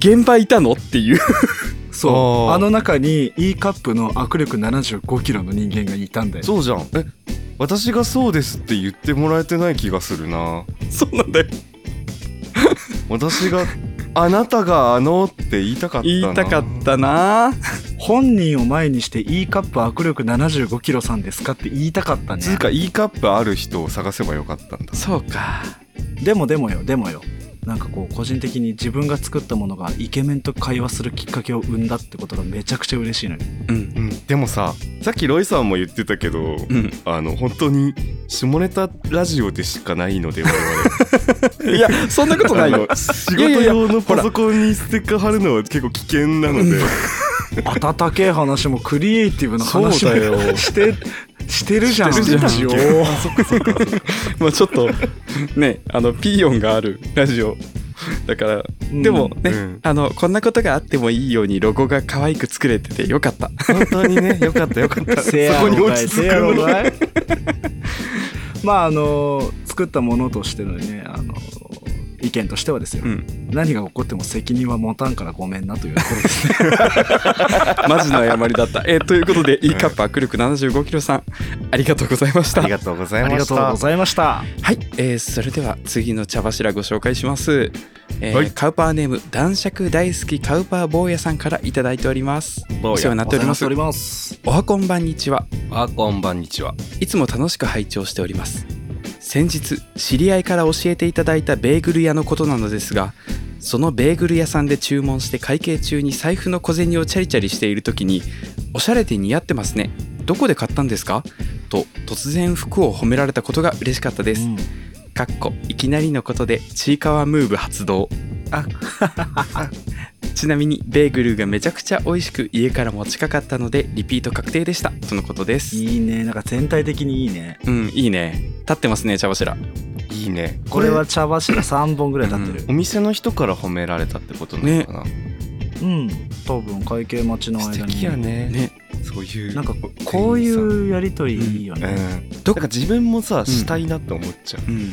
C: 現場いたのっていう
B: そ
A: あー
B: う。あの中に E カップの握力75キロの人間がいたんだよ。
A: そうじゃんえ私がそうですって言ってもらえてない気がするな
C: そうなんだよ
A: 私があなたがあのって言いたかったな
C: 言いたかったな
B: 本人を前にして E カップ握力75キロさんですかって言いたかったね
A: つうか E カップある人を探せばよかったんだ
C: そうか
B: でもでもよでもよなんかこう個人的に自分が作ったものがイケメンと会話するきっかけを生んだってことがめちゃくちゃ嬉しいの よ
C: うん
A: うんでもささっきロイさんも言ってたけど、
C: うん
A: あの本当に下ネタラジオでしかないので我
C: いやそんなこと
A: 々
C: な
A: あ
C: いよ
A: の仕事用のパソコンにステッカー貼るのは結構危険なので
B: 温けえ話もクリエイティブな話も
C: そうだよ
B: してしてるじゃん
C: してるじゃん
B: 一応
C: まあちょっとねあのピーヨンがあるラジオだから
B: うん
C: でもね、
A: うん
C: あのこんなことがあってもいいようにロゴが可愛く作れててよかった
A: 本当にねよかったよかったそ
B: せや
A: こ
B: ろ
A: に
B: が
A: 落
B: い
A: ち着
B: せ
A: く
B: やろ
A: の
B: が いまああの作ったものとしてのねあの意見としてはですよ、
C: うん
B: 何が起こっても責任は持たんからごめんなというところですね
C: マジの誤りだった。えーということで、E カップ握力75キロさん、ありがとうございまし
A: あ
C: た。
A: りが
C: はい、
A: とうござい
B: あり
A: ま
B: が
A: し
B: とう
A: た
B: ございました
C: えーそれでは次の茶柱ご紹介します。えー
A: はい
C: カウパーネーム、男爵大好きカウパー坊やさんからいただいております。
A: 坊や
C: お世話になっており
B: お世話。に
C: ます
B: なっております
C: おはこんばんにちは。
A: あこんばんにちはい
C: つも楽しく拝聴しております。先日、知り合いから教えていただいたベーグル屋のことなのですが、そのベーグル屋さんで注文して会計中に財布の小銭をチャリチャリしている時に、おしゃれで似合ってますね。どこで買ったんですかと突然服を褒められたことが嬉しかったです。
B: うん
C: かっこいきなりのことでちいかわムーブ発動
B: あ
C: ちなみにベーグルがめちゃくちゃ美味しく家からも近かったのでリピート確定でしたとのことです
B: いいねなんか全体的にいいね
C: うんいいね立ってますね茶柱
A: いいね
B: これは茶柱3本ぐらい立ってる
A: お店の人から褒められたってことなのかな、
B: うん、多分会計待ちの
A: 素
B: 間
A: 敵や
B: に
A: ね
C: ね
A: そういう
B: なんかこうい
A: 店員
B: うやりとりいいよ
A: さん、う
B: ね
A: ん、なんか自分もさ
C: ん
A: したいなって思っちゃう、
C: うん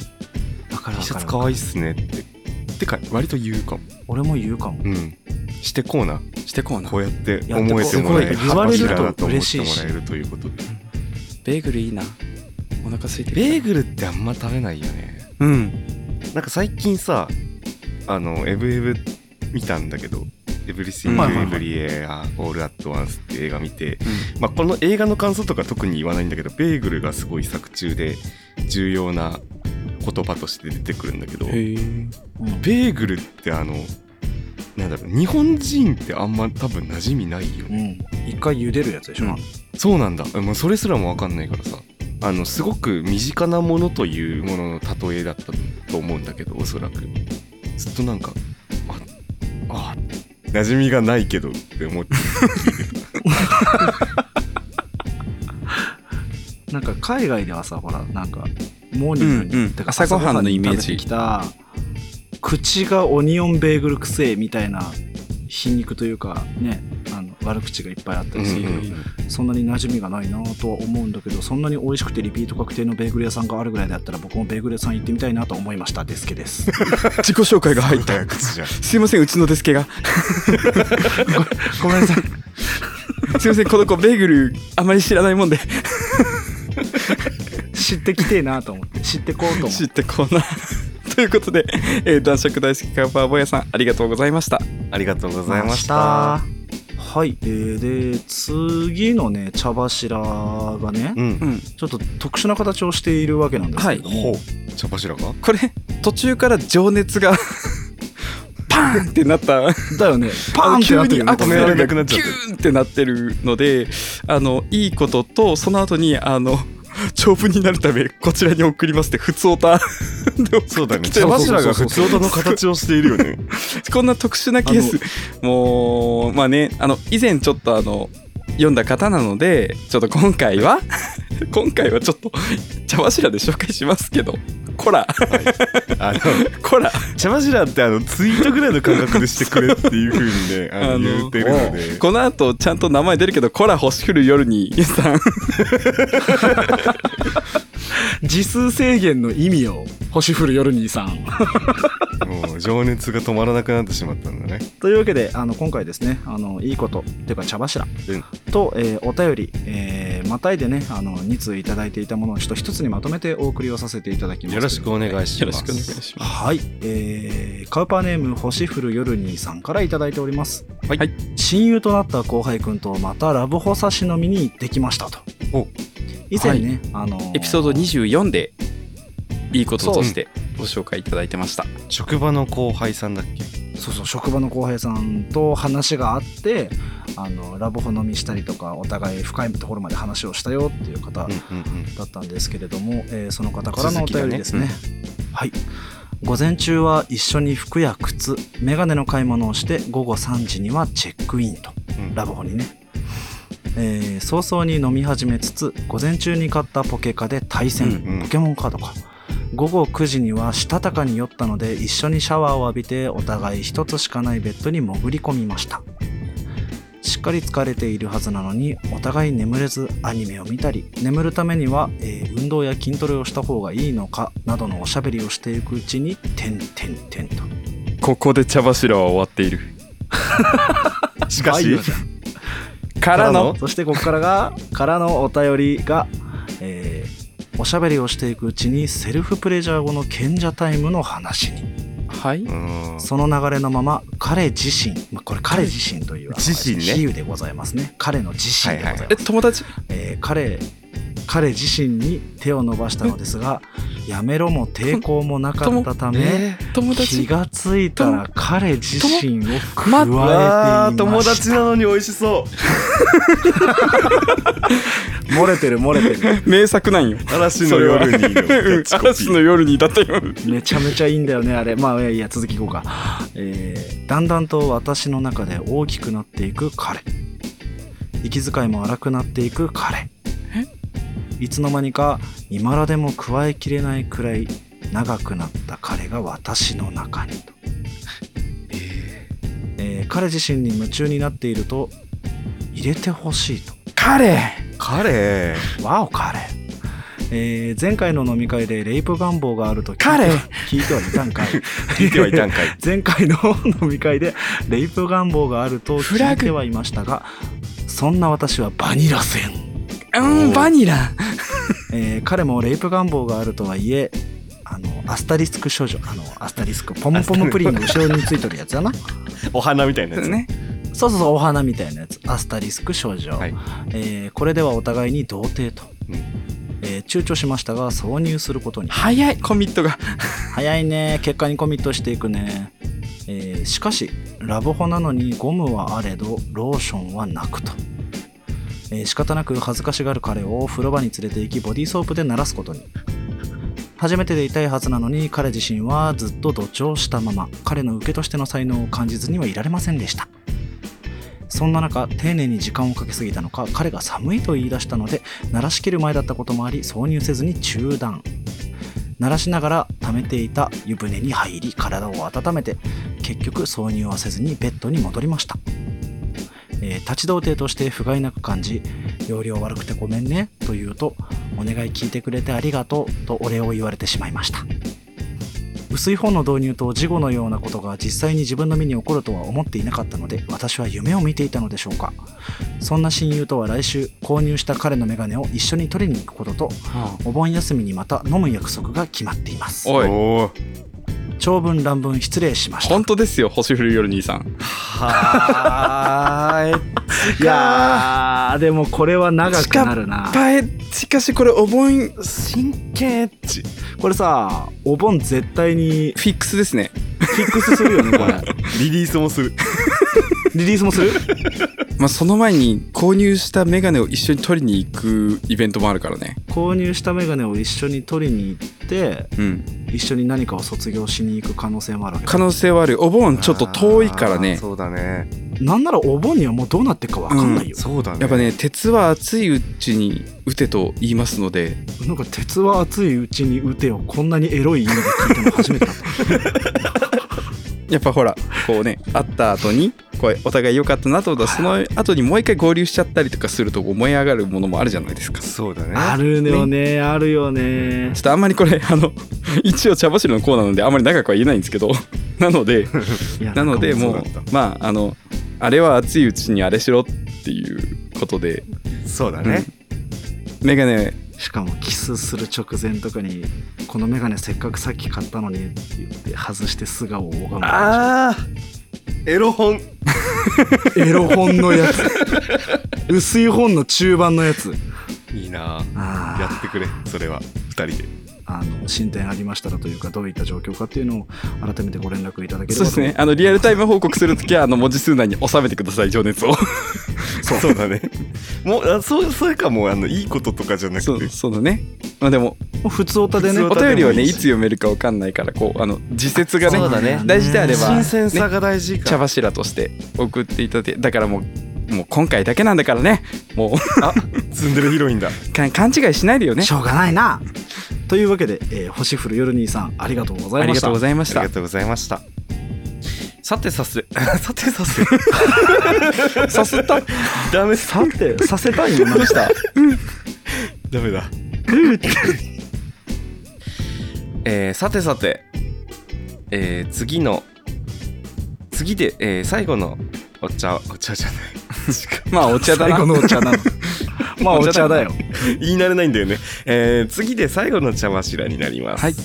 B: だから
A: T シャ
B: だ
A: ツ
B: か
A: 可愛いっすねっててか割と言うかも
B: 俺も言うかも
A: うんしてこうな
C: してこうな
A: こうやって
B: や
A: 思えてもらえる
B: すごい言われると
A: 柱だ思っ
B: 嬉
A: て
B: し
A: も
B: いし
A: らえるということで
C: ベーグルいいなお腹空いて
A: ベ
C: る
A: ーグルってあんま食べないよね
C: うん
A: なんか最近さあのエブエブ見たんだけどエブリシング・
C: はいはい
A: エ
C: はい
A: ブリエア・オール・アット・ワンスって映画見て、まあ、この映画の感想とか特に言わないんだけどベーグルがすごい作中で重要な言葉として出てくるんだけど
C: へ
A: ベ
C: ー
B: うん
A: ーグルってあのなんだろう日本人ってあんま多分馴染みないよ
B: う
A: ね
B: ん一回茹でるやつでしょ、
A: うんそうなんだもうそれすらも分かんないからさあのすごく身近なものというものの例えだったと思うんだけどおそらくずっとなんかああ馴染みがないけどって思って
B: なんか海外ではさほらなんかモーニングに、
C: うんうん
B: てか
C: 朝ごはんのイメージ
B: 朝ごはんに食べてきた口がオニオンベーグルくせえみたいな皮肉というかねあの悪口がいっぱいあった
A: うん
B: り
A: う
B: する、
A: ん
B: そんなに馴染みがないなとは思うんだけどそんなに美味しくてリピート確定のベーグル屋さんがあるぐらいだったら僕もベーグル屋さん行ってみたいなと思いましたデスケです
C: 自己紹介が入っ
A: 早
C: た。
A: 口じゃん
C: すいません、うちのデスケが。
B: ごめんなさい
C: すいません、この子、ベーグル、あまり知らないもんで、
B: 知ってきてえなと思って知ってこうと思っ
C: 知
B: て
C: ってこない。ということで、えー男爵大好きカーパーボヤさん、ありがとうございました。
A: ありがとうございました
B: はい、えーで次のね茶柱がね、
A: うん
C: うん。
B: ちょっと特殊な形をしているわけなんですけども、
A: ほう茶柱が
C: これ、途中から情熱が、 パーンってなった。
B: だよねパーンってなってるよね
C: あの急にアクセ
A: 止めら
C: ル
A: れな
C: が
A: く
C: ギ
A: な
C: ュ
A: っちゃってる
C: ーンってなってるのであのいいこととその後にあの 長文になるためこちらに送りますって普通オタで
A: そうだね
C: 来て
A: 茶
C: ます
A: 柱が普通音の形をしているよね
C: こんな特殊なケースもうまあねあの以前ちょっとあの読んだ方なのでちょっと今 回は今回はちょっと茶柱で紹介しますけどこら
A: あの
C: こら
A: 茶柱ってあのツイートぐらいの感覚でしてくれっていうふうに ねあの
C: あの
A: 言うてるので
C: この後ちゃんと名前出るけどこら星降る夜にゆうさん
B: 時数制限の意味を星降る夜にさん
A: もう情熱が止まらなくなってしまったんだね
B: というわけであの今回ですねあのいいことっていうか茶柱、と、えーお便り、えーまたいでねあの2通いただいていたものをちょっと一つにまとめてお送りをさせていただきます
A: よろしくお願いし
C: よ
A: ま
C: ろし
A: す
C: くお願いします
B: はい、えーカウパーネーム星降る夜にさんからいただいております
A: はい
C: はい
B: 親友となった後輩くんとまたラブホ差し飲みに行ってきましたと
A: お
B: 以前ね、あのー
C: エピソード24でいいこととしてご紹介いただいてました。
A: 職場の後輩さんだっけ
B: そうそう職場の後輩さんと話があってあのラブホ飲みしたりとかお互い深いところまで話をしたよっていう方
A: うんうんうん
B: だったんですけれども、えーその方からの
A: 続
B: お
A: きだね
B: 便りですねはい午前中は一緒に服や靴メガネの買い物をして午後3時にはチェックインと
A: うん
B: ラブホにね、えー早々に飲み始めつつ午前中に買ったポケカで対戦、
A: うんうん
B: ポケモンカードか午後9時にはしたたかに酔ったので一緒にシャワーを浴びてお互い一つしかないベッドに潜り込みましたしっかり疲れているはずなのにお互い眠れずアニメを見たり眠るためには、えー運動や筋トレをした方がいいのかなどのおしゃべりをしていくうちに「てんてんてん」と
C: ここで茶柱は終わっている。
A: しか
B: バイ
A: し
B: オじゃん
C: からの
B: そしてここからがからのお便りが、えーおしゃべりをしていくうちにセルフプレジャー後の賢者タイムの話に
C: はい。
A: うん
B: その流れのまま彼自身、まあ、これ彼自身というあの
A: 自身ね
B: 比喩でございますね彼の自身でございます、
A: はい
C: え、友達
B: えー彼彼自身に手を伸ばしたのですがやめろも抵抗もなかったため
A: ね
C: 友
B: 気
C: 達
B: がついたら彼自身を加
C: ま
B: えてい
A: え
B: ま
A: わー
B: した
A: 友達なのに美味しそう
B: 漏れてる漏れてる
C: 名作なんよ。
A: 嵐の夜にのキャ
C: う
A: ッ
C: ん
A: チコピ
C: 嵐の
A: ー
C: 夜にだったよ。
B: めちゃめちゃいいんだよねあれまあいやいや続きいこうか、えーだんだんと私の中で大きくなっていく彼息遣いも荒くなっていく彼いつの間にか今らでも加えきれないくらい長くなった彼が私の中にと、えー彼自身に夢中になっていると入れてほしいと
C: 彼
A: 彼
B: わお彼、えー前回の飲み会でレイプ願望があると聞いて
C: 彼
B: 聞いてはいたんかい
A: 聞いてはいたんかい
B: 前回の飲み会でレイプ願望があると
C: フ
B: 聞
C: ラ
B: い
C: グ
B: てはいましたがそんな私はバニラ戦、
C: うん、バニラ
B: えー彼もレイプ願望があるとはいえあのアスタリスク少女あのアスタリスクポムポムプリンの後ろについてるやつだな
A: お花みたいなやつね
C: ね。
B: そうそうそうお花みたいなやつアスタリスク少女、
A: はい
B: えーこれではお互いに童貞と、
A: うん
B: えー躊躇しましたが挿入することに
C: 早い、コミットが。
B: 早いね結果にコミットしていくね、えーしかしラブホなのにゴムはあれどローションはなくと、えー仕方なく恥ずかしがる彼を風呂場に連れて行きボディーソープで慣らすことに初めてでいたいはずなのに彼自身はずっと土調したまま彼の受けとしての才能を感じずにはいられませんでしたそんな中丁寧に時間をかけすぎたのか彼が寒いと言い出したので鳴らしきる前だったこともあり挿入せずに中断鳴らしながら溜めていた湯船に入り体を温めて結局挿入はせずにベッドに戻りましたえー立ち童貞として不甲斐なく感じ容量悪くてごめんねと言うとお願い聞いてくれてありがとうとお礼を言われてしまいました薄い本の導入と事後のようなことが実際に自分の身に起こるとは思っていなかったので私は夢を見ていたのでしょうかそんな親友とは来週購入した彼の眼鏡を一緒に取りに行くこととお盆休みにまた飲む約束が決まっています
C: おい
A: おー
B: 長文乱文失礼しました
C: 本当ですよ星降る夜兄さん
A: はーい。
B: いやーでもこれは長くなるな
C: えしかしこれお盆フ
A: 神経エッチ。
B: これさお盆絶対に
C: ィックスですね
B: フィックスするよねこれ
A: リリースもする。
B: リリースもする
C: まあその前に購入したメガネを一緒に取りに行くイベントもあるからね
B: 購入したメガネを一緒に取りに行って
C: うん
B: 一緒に何かを卒業しに行く可能性もあるわけ
C: 可能性はあるお盆ちょっと遠いから
A: あー
C: ね
A: そうだね。
B: なんならお盆にはもうどうなってるか分かんないよ、
A: そうだね。
C: やっぱね鉄は熱いうちに打てと言いますので
B: なんか「鉄は熱いうちに打てよ」こんなにエロい意味で聞いたの初めてだった
C: やっぱほらこ うね会った後にこうお互い良かったなと思ったらその後にもう一回合流しちゃったりとかするとこう燃え上がるものもあるじゃないですかちょ
A: そうだね。
B: あるよねあるよね
C: っとあんまりこれあの 一応茶柱のコーナーなのであんまり長くは言えないんですけど なので
B: いや
C: なの
B: ん
C: で
B: か
C: もう
A: そうだった
C: まああのあれは熱いうちにあれしろっていうことで
A: そうだね。
C: メガネ
B: しかもキスする直前とかに「このメガネせっかくさっき買ったのに」って言って外して素顔を拝む感
A: ああ。エロ本。
B: じエロ本のやつ薄い本の中盤のやつ
A: いいな。や
B: あ
A: ってくれ。それは二人で。
B: ーあの進展ありましたらというかどういった状況かっていうのを改めてご連絡いただけれ
C: そう
B: ば
C: ですねあのリアルタイム報告するときはあの文字数内に収めてください情熱を
A: そうだね。もうあそうそれかもうあのいいこととかじゃな
C: そ
A: く
C: う
A: て。
C: そうだねまあでも
B: もう普通歌で
A: 普
B: ね
A: 通
C: お
A: 歌でも
C: 便りはね
A: いい
C: い
A: し
C: つ読めるかわかんないからこうあの自説がね
A: そうだね
C: 大事であれば
A: 新鮮さが大事
C: 茶
A: か。
C: 柱として送っていただいてだからもうもう今回だけなんだからねも
A: ツンデレヒロインだ。
C: うか 勘違いしないでよね
B: しょうがないなというわけで、えー星降る夜兄さんありがとうござ
C: あ
B: い
C: り
B: まし
C: がと
B: た
C: うございまし
A: あ
C: た
A: りがとうございました。さてさす、 さてさす、
C: さすった
A: ダメ
B: さてさせたいのました
A: ダメだ。 えーさてさて、えー次の次で、えー最後のお茶お茶じ ゃない
C: まあお茶だ
B: 最後
C: な
B: のお茶なのまあお茶だよ
A: 言い慣れないんだよね、えー次で最後の茶柱になります
C: はい、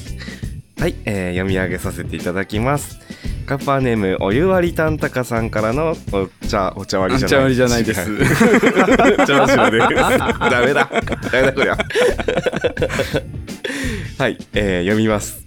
A: はいえー読み上げさせていただきますカッパーネームお湯割りたんたかさんからのお茶お茶割りじゃない
C: お茶割りじゃないで す
A: 茶柱 ですダメだダメだこりゃはい、えー読みます、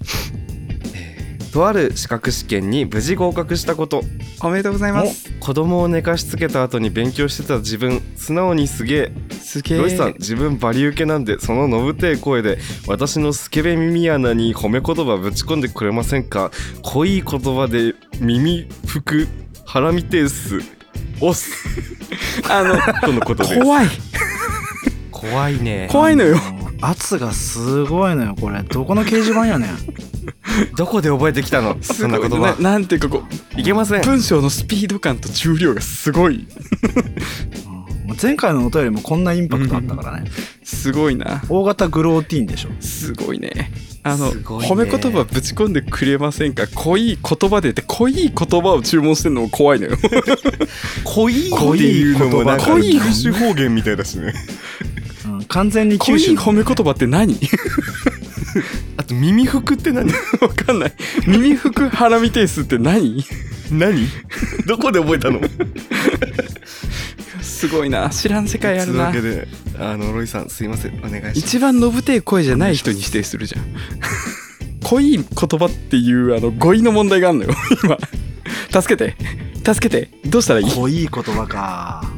A: えーとある資格試験に無事合格したこと
C: おめでとうございます
A: 子供を寝かしつけた後に勉強してた自分素直にすげえ
C: すげえ
A: ロイさん自分バリ受けなんでそののぶてえ声で私のスケベ耳穴に褒め言葉ぶち込んでくれませんか濃い言葉で耳ふく腹みてえっすおっす
C: あの
A: とのことです
C: 怖い
A: 怖いね
C: 怖いのよ
B: うん圧がすごいのよこれどこの掲示板やねん
A: どこで覚えてきた のそんな言
C: すごいな
A: 葉
C: なんていうかこう
A: いけません
C: 文章のスピード感と重量がすごい
B: うんもう前回のお便りもこんなインパクトあったからね
C: すごいな
B: 大型グローティーンでしょ
C: すごいね。あの、
A: すごいね
C: 褒め言葉ぶち込んでくれませんか濃い言葉でって濃い言葉を注文してるのも怖いのよ。
A: 濃い
B: 濃いっていうのも なんか
A: 濃い
B: 九州
A: 方言みたいだしね
B: うん完全に
C: 濃
B: 九
C: い
B: 州
C: 褒め言葉って何
A: あと耳ふくって何
C: わかんない。耳ふく腹みてえすって何
A: 何どこで覚えたの
C: すごいな。知らん世界ある
A: というわ
C: な
A: け。であのロイさんすいませんお願いします
C: 一番のぶてえ声じゃない人に指定するじゃん。 濃い言葉っていうあの語彙の問題があるのよ。 今。助けて。助けて。どうしたらいい
B: 濃い言葉か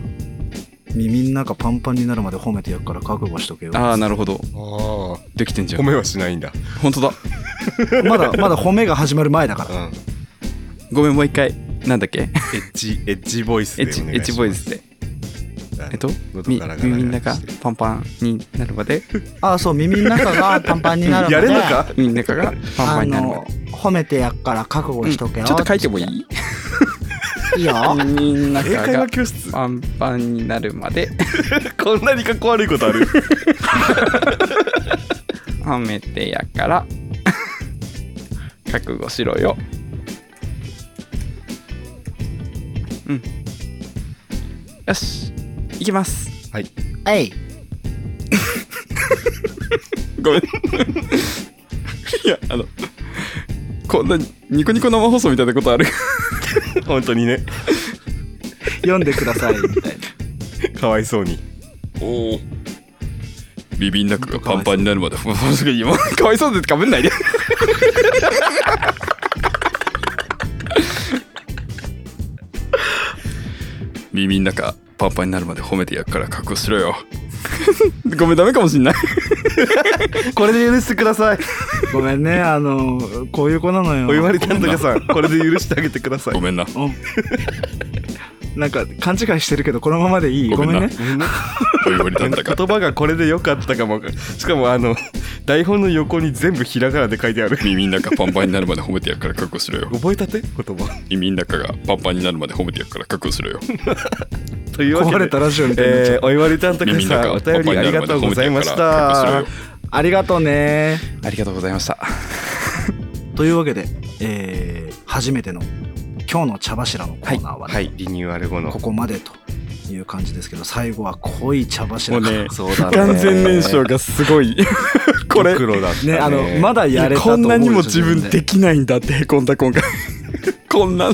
B: 耳の中パンパンになるまで褒めてやっから覚悟しとけよ
C: ああ、なるほど。
A: ああ
C: できてんじゃ
A: 褒
C: ん。
A: めはしないんだ
C: 本当だ。
B: まだまだ褒めが始まる前だから
A: ん
C: ごめん、もう一回。なんだっけ
A: エッジエッジボイス
C: エ
A: でお
C: ッ
A: 願い
C: ジ
A: します
C: エッジボイスで。
A: あの
C: えっと、
A: 喉
C: み
A: から
C: 耳の
A: ガラガラし
C: 中
A: て
C: パンパンになる まで、
B: ああそう耳の中がパンパンになるまで
A: やれんのか
C: 耳の中がパンパンになるまで。
B: あの褒めてやっから覚悟しとけよ、
C: ちょっと書いてもいい
B: いいよ。
C: みんな
A: 英会
C: が
A: 話教室
C: パンパンになるまで
A: こんなにかっこ悪いことある
C: はめてやから覚悟しろようんよし行きます
B: えい。
C: ごめん いやあのこんなニコニコ生放送みたいなことある
A: 本当にね
B: 読んでください、みたいな。
A: かわいそうに
C: おおビビンナック
B: がパンパン
C: になるまで かわいそうでかぶんないで ビビンナカパンパンになるまで褒めてやっから覚悟しろよ ごめんダメかもしんない
A: これで許してください
B: ごめんね、あの、こういう子なのよ。
A: お湯割りなんとかさんこれで許してあげてください
C: めんな
B: うん。なんか勘違いしてるけどこのままでいいご
C: ごめ
B: め
C: ん
B: ん
C: な
B: ね
C: お湯割
A: 言葉がこれで良かったかもしかもあの台本の横に全部ひらがなで書いてある
E: 耳の中パンパンになるまで褒めてやるから覚悟しろよ。
A: 覚えたて言葉
E: 耳の中がパンパンになるまで褒めてやるから覚悟しろよ。
A: というわけ
B: 壊
A: で
B: れたラジオみたいになっちゃう
A: えー、おいわり担当
E: 耳の
A: さん
E: 中
A: お
E: がパンパ
A: 便
E: ンに
A: りあ
E: な
A: り
E: る
A: が
E: まで
A: と
E: 褒
A: うご
E: めて
A: ざい
E: や
A: ま
E: る
A: し
E: か
A: た
E: ら覚悟しろよ。
B: ありがとうね
C: ありがとうございました
B: というわけで、えー初めての今日の茶柱のコーナーはね、
A: はいリニューアル後の
B: ここまでという感じですけど最後は濃い茶柱が
C: もうね
A: そうだね
C: 完全燃焼がすごいこれ
A: 黒だったね
B: ねあのまだやれたと
C: こ
B: 思うん
C: なにも
B: よ
C: 自分できないんだってへこんだ今回こんな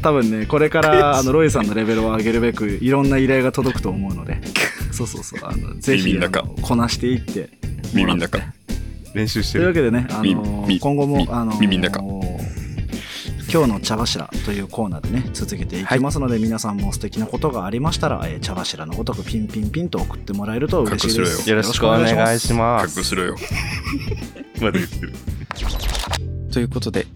B: 多分ねこれからあのロイさんのレベルを上げるべくいろんな依頼が届くと思うのでそうそうそうあのぜひ
E: 耳の
B: あ
E: 中
B: のこなしていって
E: 耳の中。
A: 練習して
B: というわ
A: る
B: けでね、あのー
E: みみ
B: 今後も
E: み、
B: あのー
E: 耳の中
B: 今日の茶柱というコーナーでね続けていきますので、皆さんも素敵なことがありましたら、えー茶柱のごとくピンピンピンと送ってもらえると嬉しいで
E: 隠
B: す
E: せ
A: よろしくお願いしま
E: 覚悟
A: す
E: しろよ。
A: まだ言ってる
C: ということで、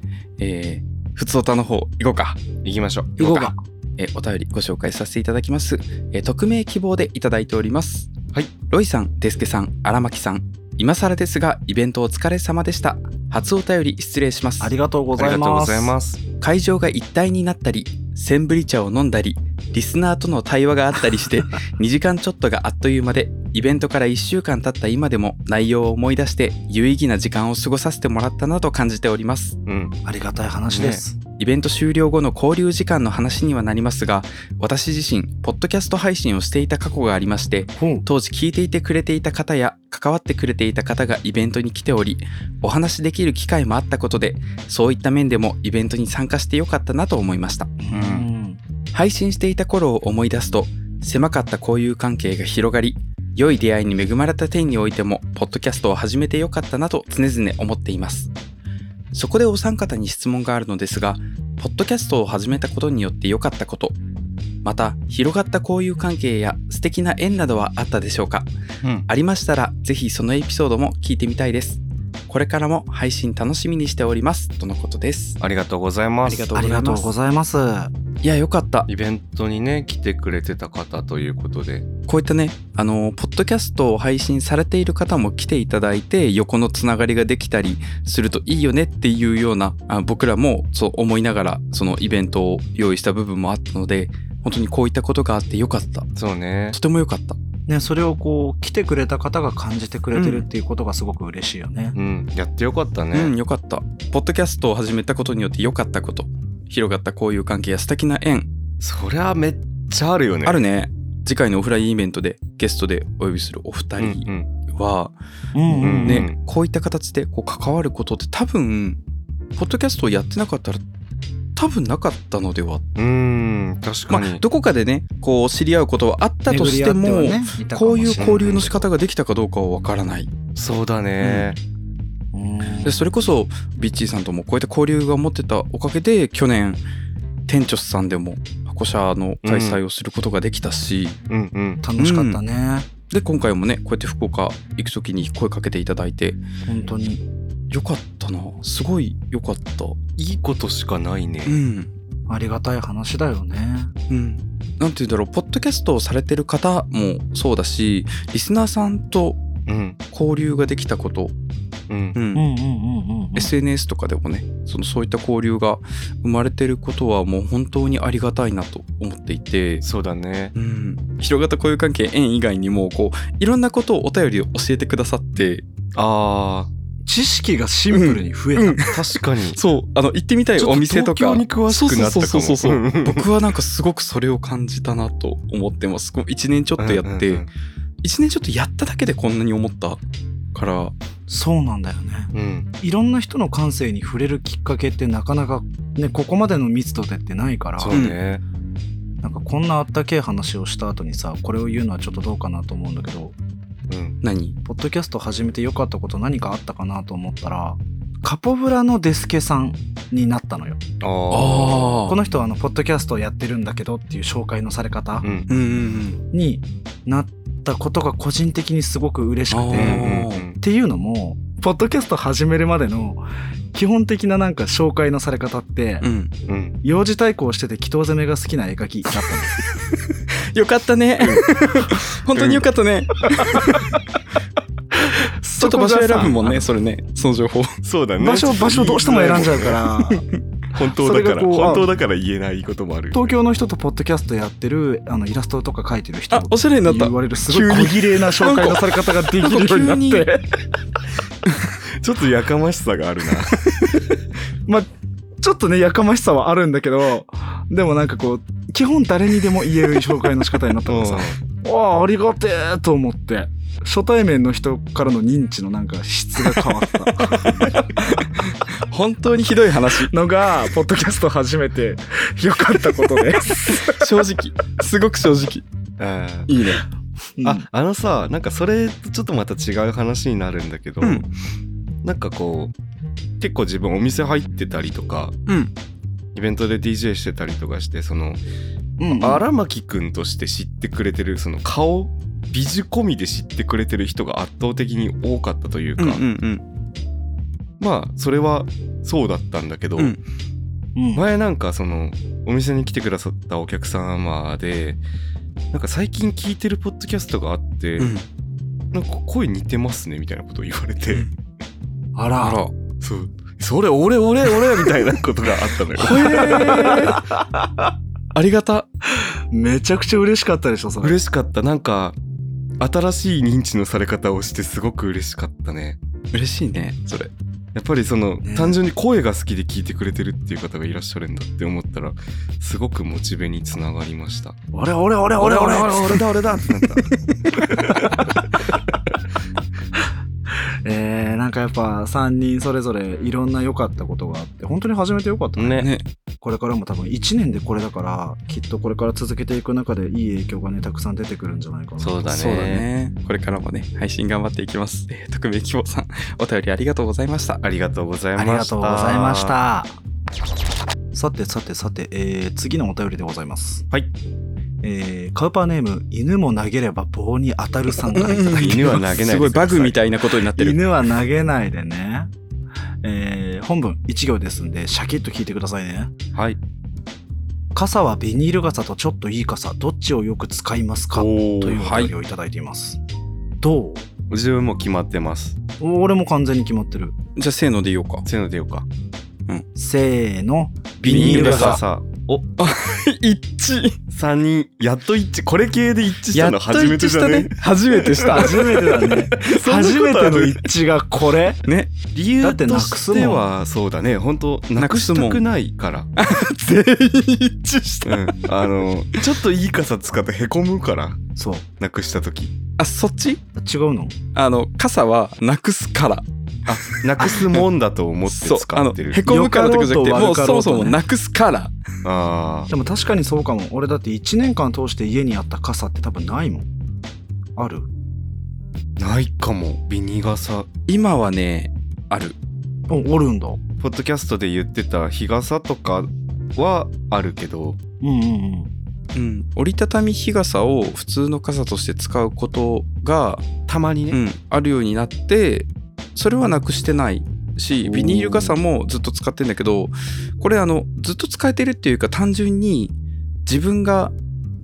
C: えー、ふつおたの方行こうか。
A: 行きましょう
B: 行こうか
C: えーお便りご紹介させていただきます。えー匿名希望でいただいております。
A: はい。
C: ロイさん、デスケさん、荒牧さん、今更ですが、イベントお疲れ様でした。初お便り失礼します
B: あ。りがとうご
A: あ
B: ざ
A: り
B: い
A: がとう
B: ま
A: ご
B: す
A: ざいます
C: 会場が一体になったり、センブリ茶を飲んだり、リスナーとの対話があったりして、2時間ちょっとがあっという間で、イベントから1週間経った今でも内容を思い出して、有意義な時間を過ごさせてもらったなと感じております。
A: うん
B: ありがたい話です、
C: イベント終了後の交流時間の話にはなりますが私自身ポッドキャスト配信をしていた過去がありまして
B: ほう
C: 当時聞いていてくれていた方や関わってくれていた方がイベントに来ておりお話しできる機会もあったことでそういった面でもイベントに参加してよかったなと思いました
B: うん
C: 配信していた頃を思い出すと狭かった交友関係が広がり良い出会いに恵まれた点においてもポッドキャストを始めてよかったなと常々思っていますそこでお三方に質問があるのですがポッドキャストを始めたことによって良かったことまた広がった交友関係や素敵な縁などはあったでしょうか
A: うん
C: ありましたらぜひそのエピソードも聞いてみたいですこれからも配信楽しみにしておりますとのことです
A: ありがとうございます
C: ありがとうございます
B: ありがとうございます
C: いや良かった
A: イベントにね来てくれてた方ということで
C: こういったね、あの、ポッドキャストを配信されている方も来ていただいて、横のつながりができたりするといいよねっていうような、あ僕らもそう思いながら、そのイベントを用意した部分もあったので、本当にこういったことがあってよかった。
A: そうね
C: とてもよかった。
B: ねそれをこう来てくれた方が感じてくれてるっていうことがすごく嬉しいよね、
A: うんやってよかったね、
C: うん、よかった。ポッドキャストを始めたことによってよかったこと、広がった交友関係や素敵な縁、
A: そりゃめっちゃあるよね
C: あるね。次回のオフラインイベントでゲストでお呼びするお二
A: うんう
C: 人
A: ん
C: は、
B: うんうん
A: うん
C: ね、こういった形でこう関わることって多分ポッドキャストをやってなかったら多分なかったのでは、
A: うーん確か
C: ま
A: に、
C: あ、どこかでねこう知り合うことはあったとしても
B: 巡り合ってはねいたか
C: こ
B: も
C: ういう
B: しれない
C: 交流の仕方ができたかどうかはわからない
A: そうだね、
B: うん
C: でそれこそビッチーさんともこういった交流が持ってたおかげで去年店長さんでも箱車の開催をすることができたし、
A: うんうん
B: 楽しかったね、
C: で今回もねこうやって福岡行く時に声かけていただいて
B: 本当に
C: よかったなすごいよかった
A: いいことしかないね、
C: うん
B: ありがたい話だよね
C: うん、なんて言うんだろうポッドキャストをされてる方もそうだしリスナーさんと
A: うん
C: 交流ができたこと
A: うん
C: う、ん
B: うんうんうんうん。
C: SNS とかでもねそのそういった交流が生まれてることはもう本当にありがたいなと思っていて、
A: そうだね
C: うん、広がった交友関係縁以外にもこういろんなことをお便りを教えてくださって
A: あ
B: 知識がシンプルに増えた。
C: うん
A: ー確かに
C: そうあの行ってみたいお店と
A: ちょ
C: か
A: っと東京に詳しくなったかも
C: そうそうそうそう
A: うんうん
C: 僕はなんかすごくそれを感じたなと思ってますこう1年ちょっとやって、
A: うん
C: 1年ちょっとやっただけでこんなに思ったから
B: そうなんだよね。
A: うんうん
B: いろんな人の感性に触れるきっかけってなかなかね、ここまでの密度でってないから、
A: そうね、
B: なんかこんなあったけえ話をした後にさ、これを言うのはちょっとどうかなと思うんだけど、
A: うん、
C: 何
B: ポッドキャスト始めて良かったこと何かあったかなと思ったら、カポブラのデスケさんになったのよ。
A: ああ
B: この人はあの、ポッドキャストをやってるんだけどっていう紹介のされ方
A: うん
C: うんうん
B: になったことが個人的にすごく嬉しく
C: あ
A: う
B: て、
A: ん
C: ー
A: うん
B: っていうのもポッドキャスト始めるまでの基本的ななんか紹介のされ方って、
C: うんうん
A: うん
B: 幼児対抗してて祈祷攻めが好きな絵描きだった
C: よかったね 本当によかったね、
B: の
C: ちょっと場所選ぶもんね
B: そ
C: それねその情 報
A: そうだ
B: こ
A: ね
B: がさ場所場所どうしても選んじゃうから
A: 本当だ
B: それ
A: か
B: が
A: ら
B: こう
A: 本当だから言えないこともある
B: 東京の人とポッドキャストやってるあのイラストとか描いてる人
C: あおしゃれにな
B: に
C: った
B: 言われるすごい
C: 急に
B: 小綺麗な紹介のされ方ができるようになって
C: なん
A: ちょっとやかましさがあるな
B: ちょっとねやかましさはあるんだけどでもなんかこう基本誰にでも言える紹介の仕方になったからさわあありがてえと思って初対面の人からの認知のなんか質が変わ った
C: 本当にひどい話
B: のがポッドキャスト初めて良かったこと です。
C: 正直すごく正直
A: うん
C: いいね
A: ああのさなんかそれとちょっとまた違う話になるんだけど、
C: うん
A: なんかこう結構自分お店入ってたりとか
C: うん
A: イベントで DJ してたりとかしてその
B: うん、うん
A: 荒牧くんとして知ってくれてるその顔美女込みで知ってくれてる人が圧倒的に多かったというか、
C: うんうん
A: まあそれはそうだったんだけど、
C: うん
B: うん
A: 前なんかそのお店に来てくださったお客様でなんか最近聞いてるポッドキャストがあって、
C: うん
A: なんか声似てますねみたいなことを言われて。
C: うん
B: あ
C: あ
B: ら
C: ら
A: そう。それ、俺、俺、俺みたいなことがあったのよ。
C: ありがた
B: めちゃくちゃ嬉しかったでしょそれ。
A: 嬉しかった。なんか、新しい認知のされ方をしてすごく嬉しかったね。
C: 嬉しいねそれ
A: やっぱりその、
B: ね
A: 単純に声が好きで聞いてくれてるっていう方がいらっしゃるんだって思ったら、すごくモチベにつながりました。
B: 俺俺俺俺俺
A: 俺俺
B: だ俺だってなった。えー、なんかやっぱ3人それぞれいろんな良かったことがあって本当に初めて良かったね
A: ね。
C: ね
B: これからも多分1年でこれだからきっとこれから続けていく中でいい影響がねたくさん出てくるんじゃないか な
A: そうだね。
C: そうだねこれからもね配信頑張っていきます、えー、特命希望さんお便りありがとうございました
A: ありがとうございま
B: あ
A: した。
B: りがとうございまし。たさてさてさて、えー次のお便りでございます
A: はい
B: えーカウパーネーム犬も投げれば棒に当たるさんからいただいてます
A: 犬は投げないです
C: ごいバグみたいなことになってる
B: 犬は投げないでねえー本文1行ですんでシャキッと聞いてくださいね
A: はい。
B: 傘はビニール傘とちょっといい傘どっちをよく使いますか
A: お
B: というお
A: は
B: 便
A: い
B: り。をいただいています、どう
A: 自分も決まってます。
B: 俺も完全に決まってる
C: じゃあせーので言お うか
A: せーのでようか。
B: せー の
C: ビニール傘
A: さ。お、
C: 一致
A: 3人、やっと一致。これ系で一致し
C: や
A: た
C: っと
A: の初め
C: 一
A: て
C: 致
A: じ
C: し
A: ゃ
C: た
A: ね
C: ね初めてした
B: 初めてだね 初めての一致がこれ
C: ね
A: 理由
B: だってな
A: と
B: くすもん
A: してはそうだね本当なくしたくないから、
C: 全員一致し
A: う
C: た
A: ん、あのちょっといい傘使ってへこむから
B: そう
A: なくした時
C: あそっち
B: 違うの
C: あの傘はなくすから
A: あなくすもんだと思って
C: そうあ
A: 使
C: の
A: ってる
C: へこむからとかじゃなくて
B: よかろ
C: も
B: う
C: う
B: と悪かろうとね
C: そもそもなくすから
A: あ
B: でも確かにそうかも俺だって1年間通して家にあった傘って多分ないもんある
A: ーないかもビニ傘
C: 今はねある
B: おおるんだう
A: ポッドキャストで言ってた日傘とかはあるけど
B: んうん
C: うん折りたたみ日傘を普通の傘として使うことが
A: たまにね、
C: うん、あるようになってそれはなくしてないし
B: おー
C: ビニール傘もずっと使ってんだけどこれあのずっと使えてるっていうか単純に自分が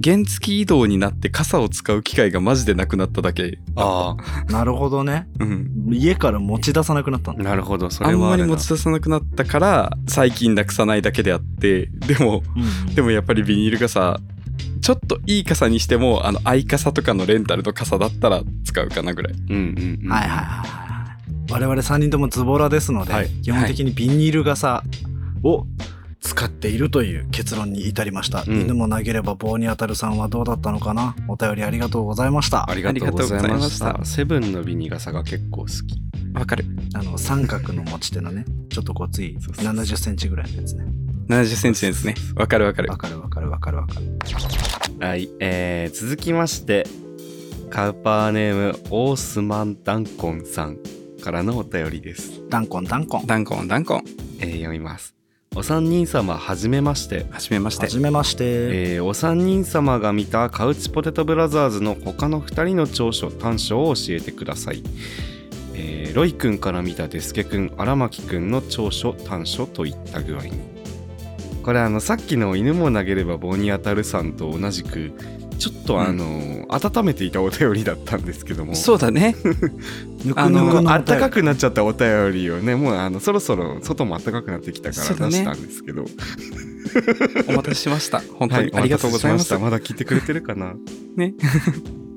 C: 原付き移動になって傘を使う機会がマジでなくなっただけ。
A: あ
B: なるほどね。
C: うん。
B: 家から持ち出さなくなったん
A: あ、
B: だ。
A: なるほど。そ
C: あ
A: れ
C: ん
A: は
C: ま
A: あ
C: り
A: るな
C: 持ち出さなくなったから、最近なくさないだけであって、でも、
B: うん
C: でもやっぱりビニール傘、ちょっといい傘にしても、あの、相傘とかのレンタルの傘だったら使うかなぐらい。
A: うんうんうん。
B: はいはいはいはい。我々3人ともズボラですので、
C: はい
B: 基本的にビニール傘を使っているという結論に至りました。
A: うん
B: 犬も投げれば棒に当たるさんはどうだったのかなお便りありがとうございました。
A: ありがとうございまし
C: ありがとうござい
A: た。
C: ま
A: セブンのビニ傘が結構好き。
C: わかる。
B: あの三角の持ち手のね、ちょっとこうつい
A: そうそうそう
B: 70センチぐらいのやつね。
C: 70センチですね。わかるわかる
B: わ。かるわかるわかるわかる。
A: はい、えー、続きまして、カウパーネーム、オースマン・ダンコンさんからのお便りです。
B: ダンコンダンコン。
C: ダンコン、ダンコン。
A: えー読みます。お三人様、はじめまして。
C: はじめまし
B: は
C: て。
B: じめまして。
A: えーお三人様が見たカウチポテトブラザーズの他の二人の長所短所を教えてください、えーロイ君から見たデスケ君荒牧君の長所短所といった具合にこれあのさっきの「犬も投げれば棒に当たる」さんと同じくちょっとあの、温めていたお便りだったんですけども
C: そうだね。
B: ぬく
C: あ
B: ぬ
C: の
B: くの
A: あ
B: お
A: った
B: 便
A: かく
B: り。
A: なっちゃったお便りをねもうあのそろそろ外もあったかくなってきたか
C: そうだ
A: ら
C: ね
A: 出したんですけど、
C: お待たせしました。本当
A: はい
C: に、ありがとうございま
A: お待たせし
C: す
A: た。まだ聞いてくれてるか な
C: ね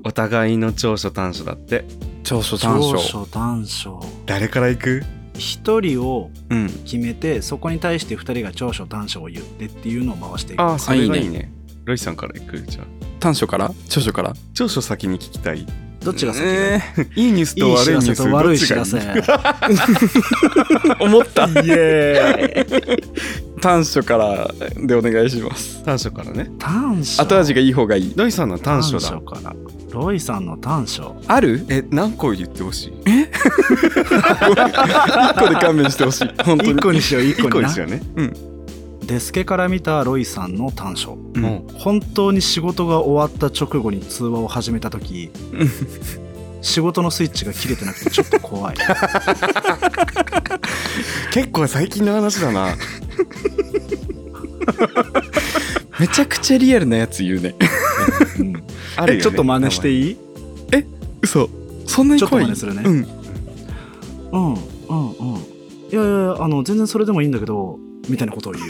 A: お互いの長所短所だって
C: 長所短
B: 長
C: 所。
B: 所短所。
A: 誰から行く
B: 一人を
C: うん。
B: 決めてそこに対して2人が長所短所を言ってっていうのを回していく
A: ああそれがいい
C: いい
A: ねロイさんから行くじゃあ
C: 短所から長所から
A: 長所先に聞きたい
B: どっちが先、
C: え
A: いいニュース
B: い
A: と
B: い
A: 悪
B: 知
A: い
B: ら
A: ニュー
B: せ
A: ス
B: と悪い知
A: ど
B: ら
A: っちが
B: せ
A: いい
C: ー思った
A: イエーイ
C: 短所からでお願いします。
A: 短所からね
B: 短所
C: 後味がいい方がいい。
A: ロイさんの短所だ
B: からロイさんの短所
C: ある
A: え何個言ってほしい
C: 一個で勘弁してほしい。本当
B: 1
C: に。
B: 個にしよう1個
A: 1個
B: に
A: で
B: な
A: すよね
B: デスケから見たロイさんの短所
C: うん
A: も
B: 本当に仕事が終わった直後に通話を始めた 時
C: うん
B: 仕事のスイッチが切れてなくてちょっと怖い
A: 結構最近の話だな
C: めちゃくちゃリアルなやつ言うね。
B: うん
A: あるよ、ね、
B: えちょっと真似して
A: い
B: いい
C: 嘘。そんなに
B: ちょっと
C: 怖い
B: 真似するね
C: うん。
B: うんうんうんいやいやいやあの全然それでもいいんだけどみたいなことを言う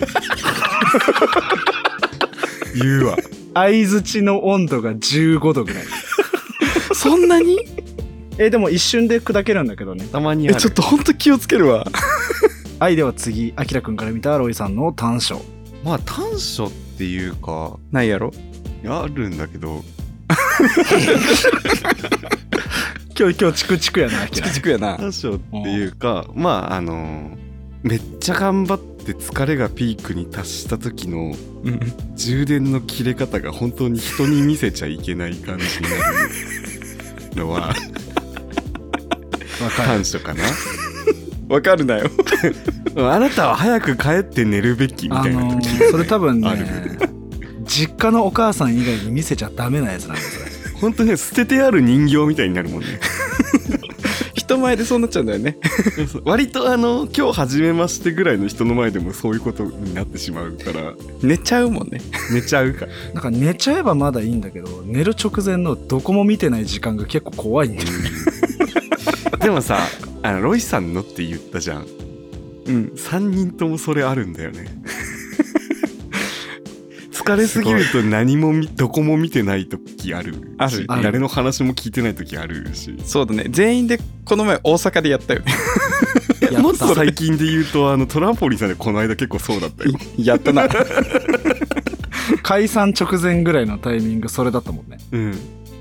A: 言うわ
B: 相づちの温度が15度ぐらい
C: そんなに
B: えでも一瞬で砕けるんだけどね
A: たまにあ
C: え、
A: る
C: ちょっと本当気をつけるわ。
B: はいでは次あきらくんから見たロイさんの短所
A: まあ短所っていうか
C: ないやろ
A: いやあるんだけど
B: 今日今日チクチクやなあき
C: チ
B: ら
C: クチクやな。
A: 短所っていうかまああのめっちゃ頑張って疲れがピークに達した時の
C: うん
A: 充電の切れ方が本当に人に見せちゃいけない感じになるの は短所かな
C: わかるなよ。
A: あなたは早く帰って寝るべきみ
B: あ
A: たいな
B: の
A: 時、
B: ーそれ多分
A: ある
B: ね実家のお母さん以外に見せちゃダメなやつなんだよそれ
A: 本当ね捨ててある人形みたいになるもんね
C: 人前でそうなっちゃうんだよね。
A: 割とあの今日初めましてぐらいの人の前でもそういうことになってしまうから
C: 寝ちゃうもんね。
A: 寝ちゃうから
B: なんか寝ちゃえばまだいいんだけど寝る直前のどこも見てない時間が結構怖いんだよ
A: でもさあのロイさんのって言ったじゃん
C: うん。
A: 3人ともそれあるんだよね疲れすぎると何もみどこも見てない時あるし
C: ある
B: ある
A: 誰の話も聞いてない時あるし
C: そうだね。全員でこの前大阪でやったよね。
B: や
A: もっ
B: っ
A: と
B: た
A: 最近で言うとあのトランポリンさんでこの間結構そうだったよ
C: やった な。
B: 解散直前ぐらいのタイミングそれだったもんね
A: うん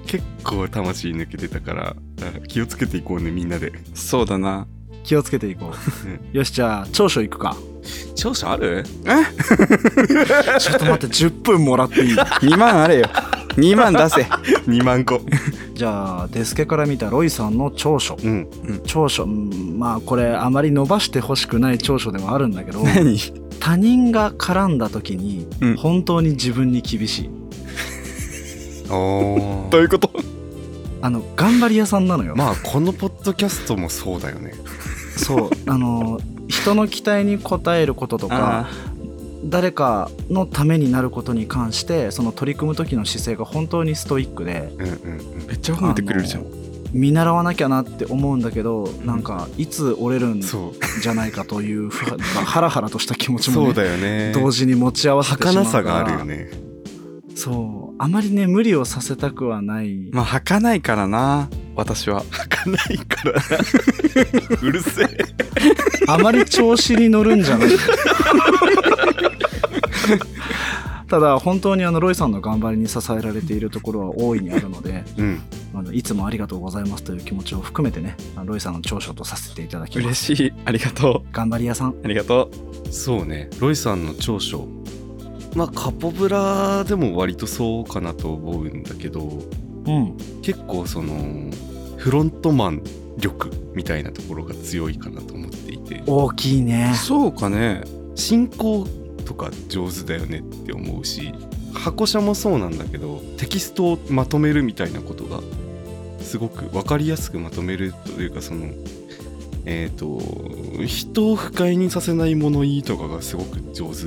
A: 結構魂抜けてたからあ気をつけていこうねみんなで
C: そうだな。
B: 気をつけていこ
A: うん
B: うよしじゃあ長所いくか
A: 長所ある
B: ちょっと待って10分もらっていい
C: 2万あれよ。2万出せ。
A: 2万個
B: じゃあデスケから見たロイさんの長所
A: うん
B: 長所うんまあこれあまり伸ばしてほしくない長所ではあるんだけど
C: 何
B: 他人が絡んだ時に
C: うん
B: 本当に自分に厳しい、
A: お
C: どういうこと
B: あの頑張り屋さんなのよ、
A: まあこのポッドキャストもそうだよね
B: そうあの人の期待に応えることとか
C: あ
B: 誰かのためになることに関してその取り組む時の姿勢が本当にストイックで
A: うんうん
C: めっちゃ褒めてくれるじゃん
B: あの見習わなきゃなって思うんだけどなんかいつ折れる
A: うんん。
B: じ
A: そう。
B: ゃないかというふわハラハラとした気持ち
A: そ
B: も
A: う
B: ね、
A: だよね。
B: 同時に持ち合わせてしま
A: 儚
B: う
A: さがあ
B: から
A: るよね。
B: そうあまりね無理をさせたくはない
C: まあ履かないからな私は
A: 儚いからな。 うるせえ。
B: あまり調子に乗るんじゃない ただ本当にあのロイさんの頑張りに支えられているところは大いにあるので
A: うん。
B: あのいつもありがとうございますという気持ちを含めてねあのロイさんの長所とさせていただきま
C: 嬉
B: す
C: しいありがと
B: 頑張り屋さん
C: うありがと
A: そうねロイさんの長所まあカポブラでも割とそうかなと思うんだけど
B: うん
A: 結構そのフロントマン力みたいなところが強いかなと思っていて
B: 大きいう ね
C: そうかね
A: 進行とか上手だよねって思うし箱車もそうなんだけどテキストをまとめるみたいなことがすごく分かりやすくまとめるというかそのえっ、と人を不快にさせない物言いとかがすごく上手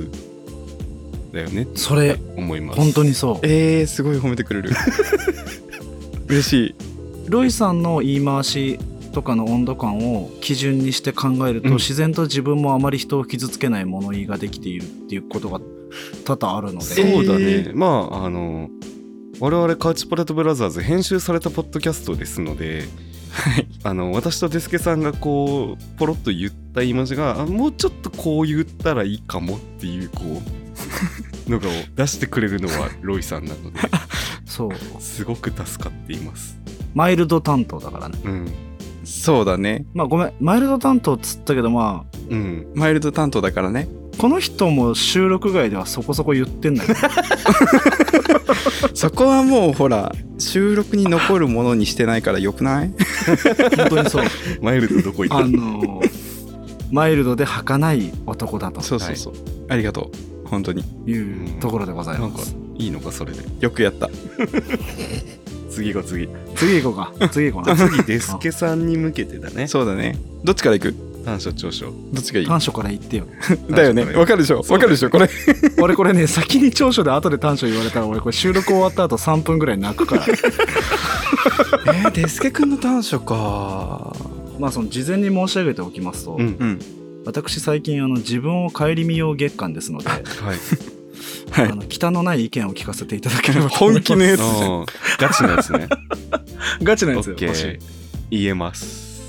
A: だよね
B: それ
A: 思います
B: 本当にそう
C: えー、すごい褒めてく れる嬉しい
B: ロイさんの言い回しとかの温度感を基準にして考えると、
A: うん
B: 自然と自分もあまり人を傷つけない物言いができているっていうことが多々あるの
A: そ
B: で
A: うだね、
C: えー
A: まああの我々カーチパレットブラザーズ編集されたポッドキャストですので、
C: はい
A: あの私とデスケさんがこうポロッと言った言い回しがあもうちょっとこう言ったらいいかもっていうこ うのがを出してくれるのはロイさんなので
B: そう
A: すごく助かっています。
B: マイルド担当だからね
A: うん
C: そうだね
B: まあごめんマイルド担当っつったけどまあ
A: うん、
C: マイルド担当だからね
B: この人も収録外ではそこそこ言ってんだけど
C: そこはもうほら収録に残るものにしてないからよくない
B: 本当にそう
A: マイルドどこ行
B: あ
A: った
B: のマイルドで儚い男だと
C: そうそうそう、ありがとう本当に
B: いうところでござい
A: なん
B: ま
A: か
B: す、
A: いいのかそ れで
C: よくやった
A: 次が次
B: 次行こうか次行こうな
A: 次デスケさんに向けてだね
C: そうだねどっちから行く
A: 短所長所
C: どっちがいい
B: 短所から言ってよ
C: だよね
A: 短所から
C: わかるでしょ
A: そう
C: わかるでしょこれ
B: 俺これね先に長所で後で短所言われたら俺これ収録終わった後3分ぐらい泣くから
C: えー、デスケ君の短所か
B: まあその事前に申し上げておきますと、
A: うん
C: うん
B: 私最近あの自分を顧みよう月間ですので、
A: はい
C: は
B: あの北のない意見を聞かせていただければと思いま
C: 本
B: す
C: 気のやつじゃん
A: あーガチなやつね
B: ガチな
A: オ
B: やつよ
A: ッ ケ
B: もし
A: ー言えます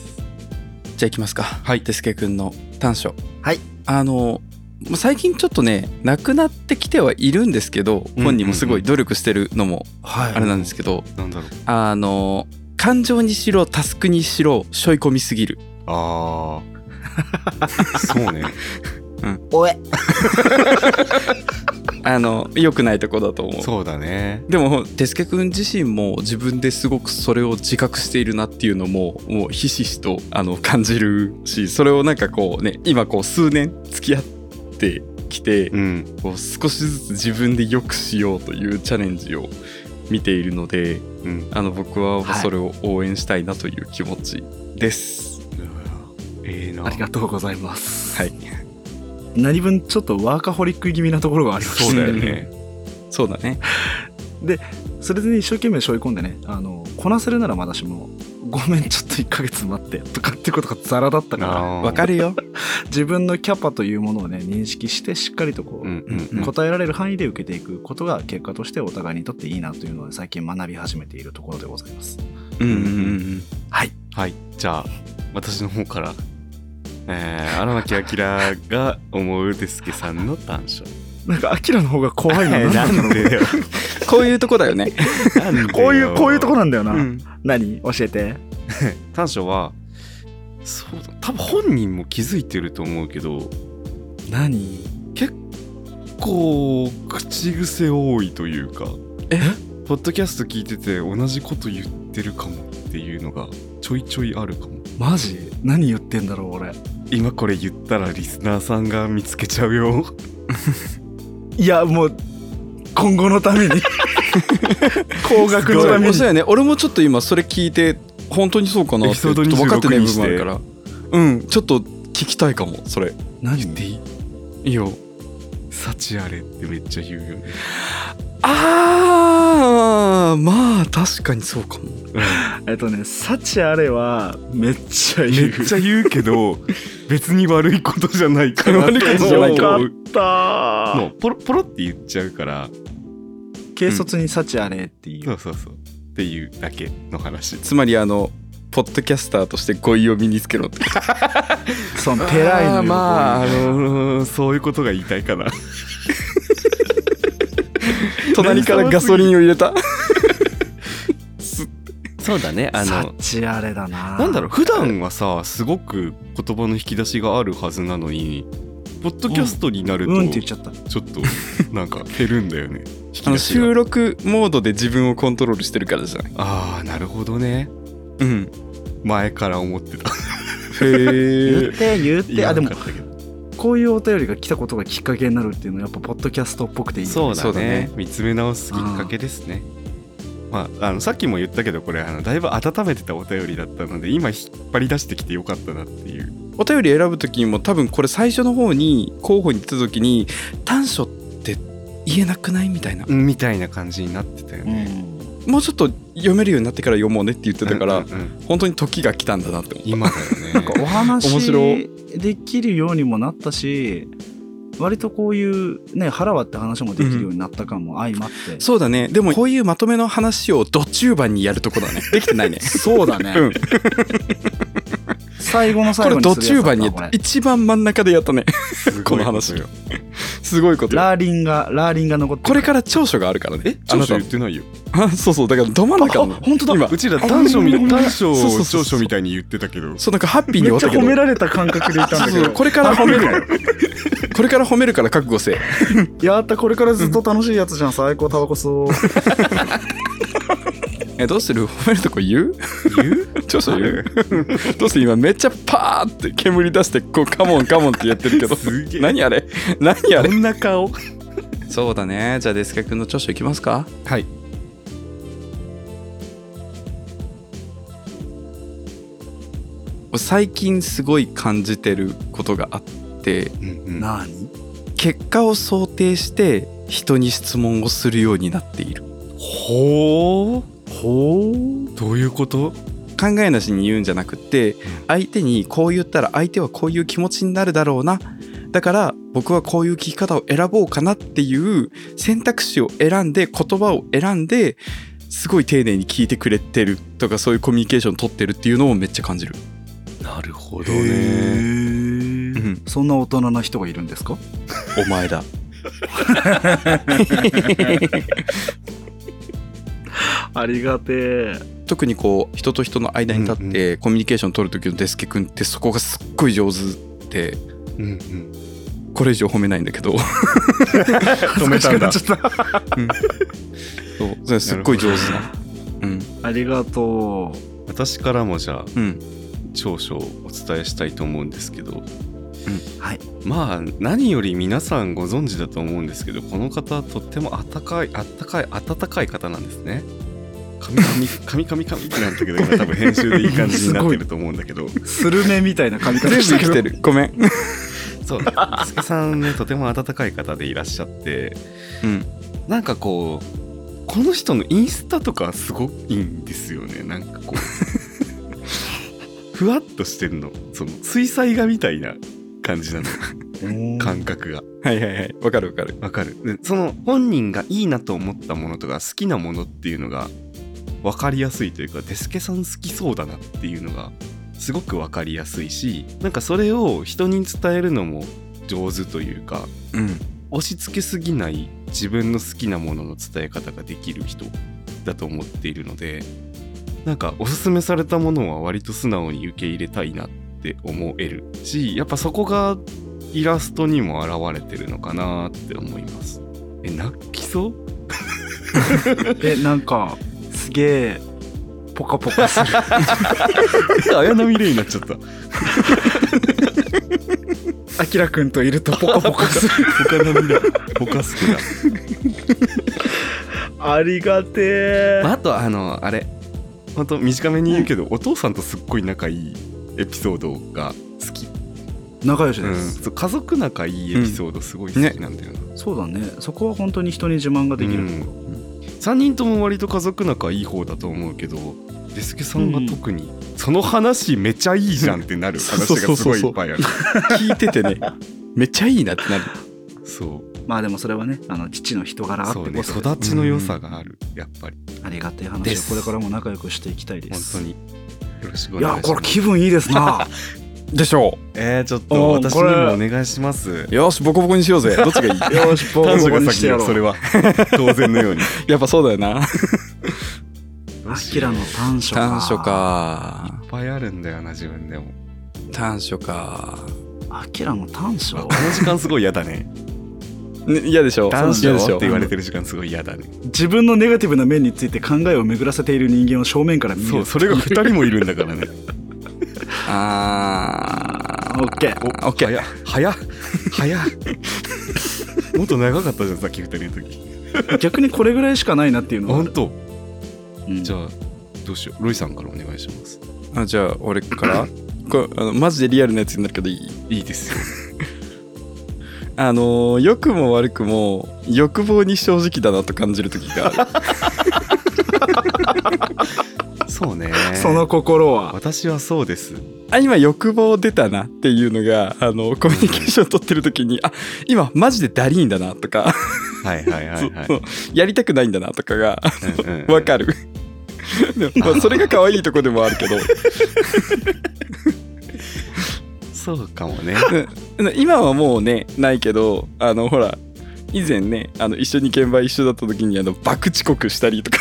C: じゃあ行きますか。はい。てすけくんの短所。
B: はい。
C: あの、もう最近ちょっとね、なくなってきてはいるんですけど、
A: うん
C: 本人もすごい努力してるのも
B: はい
C: あれなんですけど、
A: なんだろう
C: あの、感情にしろ、タスクにしろ、しょい込みすぎる。
A: ああそうね
D: おい
C: あの、良くないとこだと思う。
A: そうだね
C: でも、てすけくん自身も自分ですごくそれを自覚しているなっていうのも、もうひしひしとあの感じるし、それをなんかこうね、今こう数年付き合ってきて、
A: うん
C: こう少しずつ自分で良くしようというチャレンジを見ているので
A: うん
C: あの僕は
B: はい
C: それを応援したいなという気持ちです。
A: ええな
B: ありがとうございます
C: はい、
B: 何分ちょっとワーカホリック気味なところがあります
A: そうだよね
C: そうだね。
B: それでね一生懸命背負い込んでねあのこなせるならまだしもごめんちょっと1ヶ月待ってとかってことがザラだったから
C: わか
A: る
C: るよ。
B: 自分のキャパというものをね認識してしっかりとこう、
A: うんうんうん
B: 答えられる範囲で受けていくことが結果としてお互いにとっていいなというので最近学び始めているところでございます
C: うんうんうん
B: はい
A: はいじゃあ私の方からえー、荒牧明が思うデスケさんの短所
B: なんかアキラの方が怖いな,、
A: えーなんでよ
C: うん。こういうとこだよね。
A: なんでよ
B: こういうこういうとこなんだよな、
C: うん
B: 何教えて
A: 短所はそうだ多分本人も気づいてると思うけど
B: 何
A: こう口癖多いというかポッドキャスト聞いてて同じこと言ってるかもっていうのがちょいちょいあるかも
B: マジ何言ってんだろう俺
A: 今これ言ったらリスナーさんが見つけちゃうよ
B: いやもう今後のために高額のため
C: 面
B: に
C: 白いね。俺もちょっと今それ聞いて本当にそうかな
A: エ
C: っ
A: ピ
C: て
A: ソード
C: 分かってない部分ある
A: 26
C: から。うん。ちょっと聞きたいかもそれ。
B: 何
A: 言っていい
C: いいよ。
A: 幸あれってめっちゃ言うよね。
C: あーまあ確かにそうかも
B: えっとね「幸あれ」はめっちゃ
A: め
B: 言う
A: っちゃ言うけど、別に悪いことじゃないから。
C: 悪いこと
B: じゃないか
A: もう
B: った
A: もうポロポロって言っちゃうから、
B: 軽率に「幸あれ」っていう、
A: そうそうそう。っていうだけの話。
C: つまりあのポッドキャスターとして語彙を身につけろって
B: そのペライ
A: あー
B: の横に
A: まあ、あのーそういうことが言いたいかな。
C: 隣からガソリンを入れた
A: そうだね。あの、
B: 幸あれだな
A: なんだろ
B: ろ
A: う普段はさすごく言葉の引き出しがあるはずなのにポッドキャストになると
B: うんって言っちゃった
A: ちょっとなんか減るんだよね引き
C: あの
A: 出し
C: 収
A: が
C: 録モードで自分をコントロールしてるからじゃない
A: ああなるほどね
C: うん
A: 前から思ってた
B: 言っ
C: へ
B: て言 っ
A: 言
B: て
A: わ
B: あで
A: な
B: も
A: かったけど
B: こういうお便りが来たことがきっかけになるっていうのはやっぱポッドキャストっぽくていいよね
A: そう
C: そ
A: だ
C: うだ
A: ね
C: ね
A: 見つめ直すきっかけですねまあ、あのさっきも言ったけどこれあのだいぶ温めてたお便りだったので今引っ張り出してきてよかったなっていう
C: お便り選ぶ時にも多分これ最初の方に候補に言った時に短所って言えなくないみたいな
A: みたいな感じになってたよ
B: う
A: ね、
B: ん
C: もうちょっと読めるようになってから読もうねって言ってたから、
A: うんうんうん
C: 本当に時が来たんだなって思
A: 今だよ
B: なん
A: ね
B: かお話
C: 面
B: できるようにもなったし割とこういうね腹割って話もできるようになった感も相まって、
C: うそうだねでもこういうまとめの話をど中盤にやるとこだ ねできてないね
B: そうだね、
C: うん
B: 最後の
C: こ
B: 最後
C: れ
B: に
C: ど
B: する
C: 中
B: やつだ
C: 盤に
B: これ
C: 一番真ん中でやったね
A: すご
C: こ
A: い
C: の話すごいことよ
B: ラーリンがラーリンが残って
C: これから長所があるからね
A: え
C: あ
A: 長
C: な
A: 所
C: た
A: 言ってないよ
C: あ そうそうだからど真ん中なの
B: 本当だ
C: 今
A: うちら短所み短所
C: そうそう
A: を
C: そうそう
A: 長所みたいに言ってたけど
C: そうなんかハッピーに
B: め
C: 終
B: っ
C: わっ
B: ちゃ
C: たけ
B: 褒
C: ど
B: められた感覚で言ったんだけ
C: そうそう
B: ど
C: これから褒めるこれから褒めるから覚悟せえ
B: やったこれからずっと楽しいやつじゃん最高タバコ吸おう
C: えどうする褒めるとこ言う
A: 言う
C: 長所言うどうする今めっちゃパーって煙出してこうカモンカモンってやってるけど
A: すげえ
C: 何あれ何あれ
A: こんな顔
C: そうだねじゃあデスカ君の長所いきますか
A: はい
C: 最近すごい感じてることがあって
A: うんうん
B: なあに
C: 結果を想定して人に質問をするようになっている
A: ほ
B: ほう
A: うどういうこと
C: 考えなしに言うんじゃなくって相手にこう言ったら相手はこういう気持ちになるだろうなだから僕はこういう聞き方を選ぼうかなっていう選択肢を選んで言葉を選んですごい丁寧に聞いてくれてるとかそういうコミュニケーション取ってるっていうのをめっちゃ感じる。
A: なるほ
B: へー
C: うん
B: そんな大人な人がいるんですか
C: お前だ。
B: ありがてえ
C: 特にこう人と人の間に立っ
A: う
C: てコミュニケーション取る時のデスケ君ってそこがすっごい上手で
A: うんうん
C: これ以上褒めないんだけど
A: 止めたんだ
B: 恥ず かしくなっちゃっ
C: そう それすっごい上手な。うん
B: たありがとう
A: 私からもじゃあ
C: うん
A: 長所をお伝えしたいと思うんですけど
B: はい
A: まあ何より皆さんご存知だと思うんですけどこの方とっても温かい温かい温かい方なんですね。カミカミカミカミカミってなったけど今多分編集でいい感じになってると思うんだけど
B: スルメみたいな髪型
C: 全部
B: して
C: 生
B: る
C: きてるごめん、
A: そうです助さんねとても温かい方でいらっしゃって
C: うん、
A: なんかこうこの人のインスタとかすごいんですよねなんかこうふわっとしてるのその水彩画みたいな感じなの感覚が
C: はいはいはいわかるわかる
A: わかるでその本人がいいなと思ったものとか好きなものっていうのが分かりやすいというかデスケさん好きそうだなっていうのがすごく分かりやすいしなんかそれを人に伝えるのも上手というか
C: うん
A: 押し付けすぎない自分の好きなものの伝え方ができる人だと思っているのでなんかおすすめされたものは割と素直に受け入れたいなって思えるしやっぱそこがイラストにも表れてるのかなって思いますえ泣きそう
B: えなんかすげえポカポカする
A: 綾波レイになっちゃった
B: あきらくんといるとポカポカする
A: 他のみだ他好きだ
B: ありがて え
A: まあ、あとあのあれ本当短めに言うけど、お父さんとすっごい仲いいエピソードが好き
B: 仲良し
A: う
B: で
A: ん、
B: す、
A: そう家族仲いいエピソードすごい好きなんだよな、
B: そうだねそこは本当に人に自慢ができる、
A: 3人とも割と家族仲いい方だと思うけどデスケさんが特に、その話めちゃいいじゃんって なる話がすごいいっぱいある
C: 聞いててね、 めっちゃいいなってなる。
A: そう
B: まあでもそれはねあの父の人柄あっ
A: そう
B: て
A: ね
B: こそ
A: 育ちの良さがある、やっぱり
B: ありがたい話
A: で
B: を
A: す
B: これからも仲良くしていきたいで
A: 本
B: す
A: 当によろしくお
B: い
A: 願
B: や
A: いします
B: これ気分いいで すな
C: でしょ
A: えー、ちょっと
B: おー
A: 私に
B: これ
A: もお願いします
C: う。よし、ボコボコにしよう ぜ。どっちがいい
B: よしボコ
A: 彼
B: ボ
A: 女
B: コ
A: が
B: にし
A: 先
B: てや
A: よ
B: ろ
A: そうれ は当然のように
C: やっぱそうだよな。
B: アキラの短所か
C: 短所か
A: い。っぱいあるんだよな自分でも
C: 短所か。
B: アキラの短所
A: この時間すごい嫌だね
C: ね嫌でしょ
A: 男子
C: 嫌
A: よ
C: でし
A: って
C: ょ
A: 言われてる時間すごい嫌だね
B: 自分のネガティブな面について考えを巡らせている人間を正面から見る
A: そうそれが2人もいるんだからね
C: あー。
B: オッケー
C: オッケー。
A: 早っ早っ もっと長かったじゃんさっき2人の時
B: 逆にこれぐらいしかないなっていうのは
A: 本当
B: うん
A: じゃあどうしようロイさんからお願いします
C: あじゃあ俺からこれあのマジでリアルなやつになるけどいい
A: いいですよ
C: あのー良くも悪くも欲望に正直だなと感じる時があ る
A: そうね
B: その心は
A: 私はそうです
C: あ今欲望出たなっていうのがあのコミュニケーション取ってる時にあ今マジでダリーンだなとか、
A: はいはいはい はい
C: そうやりたくないんだなとかが
A: うんうん
C: わか るでもまあそれが可愛いとこでもあるけど
A: そうかもね
C: うん今はもうねないけどあのほら以前ねあの一緒に現場一緒だった時にあの爆遅刻した りとか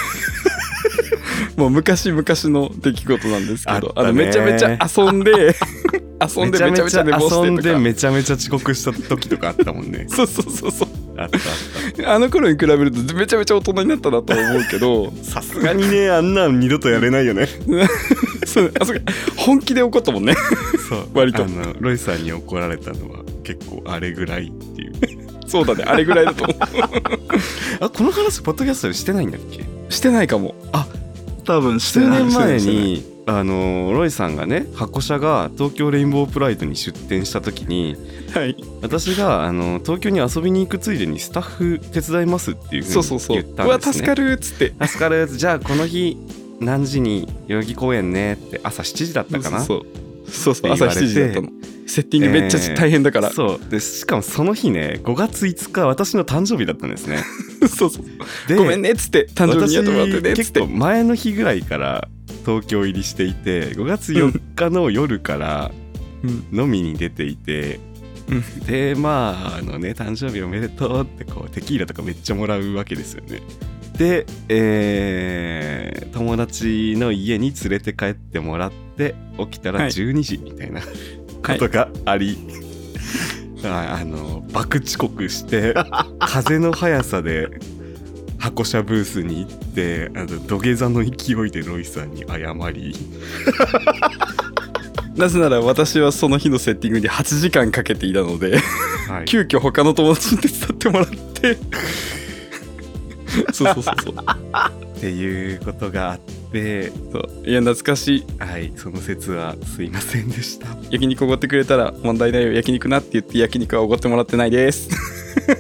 C: もう昔々の出来事なんですけど
A: あったね
C: のめちゃめちゃ遊 んで遊んでめちゃめちゃ寝坊し
A: 遊ん
C: て
A: で
C: とか
A: めちゃめちゃ遅刻した時とかあったも んね
C: そうそうそうそう
A: あったあっ
C: あの頃に比べるとめちゃめちゃ大人になったなとは思う けど
A: たさすがにねあんなん二度とやれないよね
C: そうあそこ本気で怒ったもんね
A: そう
C: 割と
A: あのロイさんに怒られたのは結構あれぐらいっていう
C: そうだねあれぐらいだと思
A: あこの話ポッドキャストで してないんだっけ
C: うしてないかも
B: 多分して
A: 数
B: ない
A: 年前
B: してない
A: にあのロイさんがね箱車が東京レインボープライドに出店した時に
C: はい
A: 私があの東京に遊びに行くついでにスタッフ手伝いますっていうふう
C: そうそう
A: に
C: そう
A: 言った
C: うわ
A: んですね
C: 助かるっつって
A: 助かるじゃあこの日何時に代々木公園ねって朝7時だったかな
C: そうそうそうそう
A: って言われて
C: 朝7時だったのセッティングめっちゃ大変だから、
A: そうでしかもその日ね5月5日私の誕生日だったんです ね
C: そうそう
A: で
C: ごめんねっつって誕生日にやってもらってねっ
A: 私
C: つっ
A: 結
C: て
A: 構前の日ぐらいから東京入りしていて5月4日の夜から
C: うん
A: 飲みに出ていて、
C: う
A: でまああのね誕生日おめでとうってこうテキーラとかめっちゃもらうわけですよねで、えー友達の家に連れて帰ってもらって起きたら
C: はい
A: 12時みたいなことがあ り、ああの爆遅刻して風の速さで箱車ブースに行ってあの土下座の勢いでロイさんに謝り
C: なぜなら私はその日のセッティングに8時間かけていたので
A: はい
C: 急遽他の友達に手伝ってもらって そうそうそうそう
A: っていうことがあって、
C: そういや懐かしい
A: はい、その説はすいませんでした。
C: 焼肉おごってくれたら問題ないよ焼肉なって言って焼肉はおごってもらってないです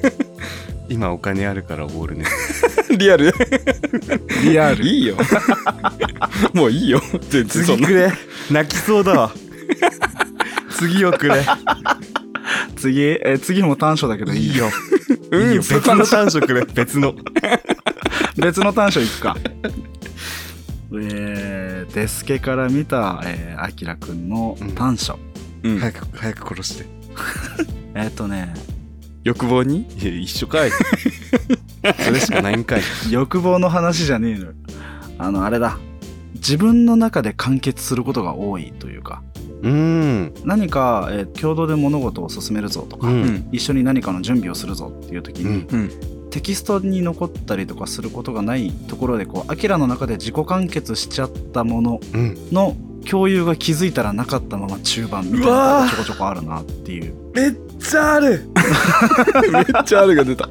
A: 今お金あるからおごるね。
C: リアル
B: リアル
C: いいよ もういいよ全然そんな
A: れ泣きそうだわ。次をくれ。
B: 次、えー次も短所だけどいいよ
C: うん
A: 別
C: そこ
A: の短所くれ。別の。
B: 別の短所いくか えー、デスケから見た、えー、アキラくんの短所、
C: うん
A: 早く、早く殺して。
B: えっ、とね
C: 欲望に
A: いや、一緒かい。それしかないんかい。
B: 欲望の話じゃねえのよあのあれだ自分の中で完結することが多いというか
A: うーん。
B: 何か、えー共同で物事を進めるぞとか、
A: うん
C: うん
B: 一緒に何かの準備をするぞっていう時
A: う
B: に、
A: ん。
C: うん
B: テキストに残ったりとかすることがないところでこうアキラの中で自己完結しちゃったもの
A: うん。
B: の共有が気づいたらなかったまま中盤みたいなのがちょこちょこあるなっていう
A: めっちゃある。
C: めっちゃあるが出た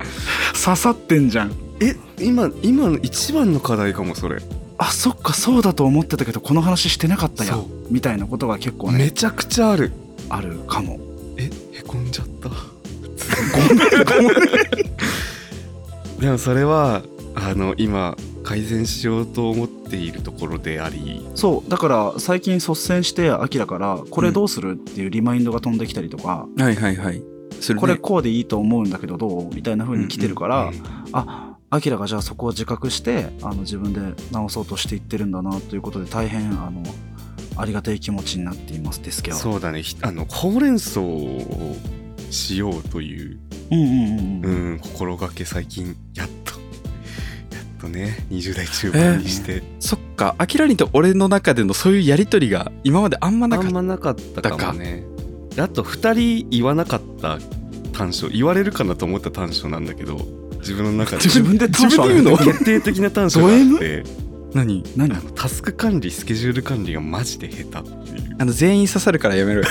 B: 刺さってんじゃん
A: え、今、今の一番の課題かも、それ。
B: あそっかそうだと思ってたけどこの話してなかったや
A: そう
B: みたいなことが結構
A: め
B: ね
A: ちゃくちゃある。
B: あるかも
A: え、でもそれはあの今改善しようと思っているところであり
B: そうだから最近率先してアキラから「これどうする?」っていうリマインドが飛んできたりとか
C: はいはいはい。す
B: 「
C: るね
B: これこうでいいと思うんだけどどう?」みたいな風に来てるから、
A: うん
B: あアキラがじゃあそこを自覚してあの自分で直そうとしていってるんだなということで大変あのありがたい気持ちになっていますですけど
A: そうだねひあのほうれん草をしようという、
B: うんうんうんうん、
A: うん、心がけ最近やっとやっとね20代中盤にして、
C: そっか、アキラにと俺の中でのそういうやりとりが今まであんまな
A: あ
C: かっ
A: ん
C: た。
A: まなかったかもねであと2人言わなかった短所言われるかなと思った短所なんだけど自分の中 で
B: 自分で短所ある
C: 自分で言うの
A: 決定的な短所があって
C: 何
B: 何
A: あのタスク管理スケジュール管理がマジで下手っていう
C: あの全員刺さるからやめろよ。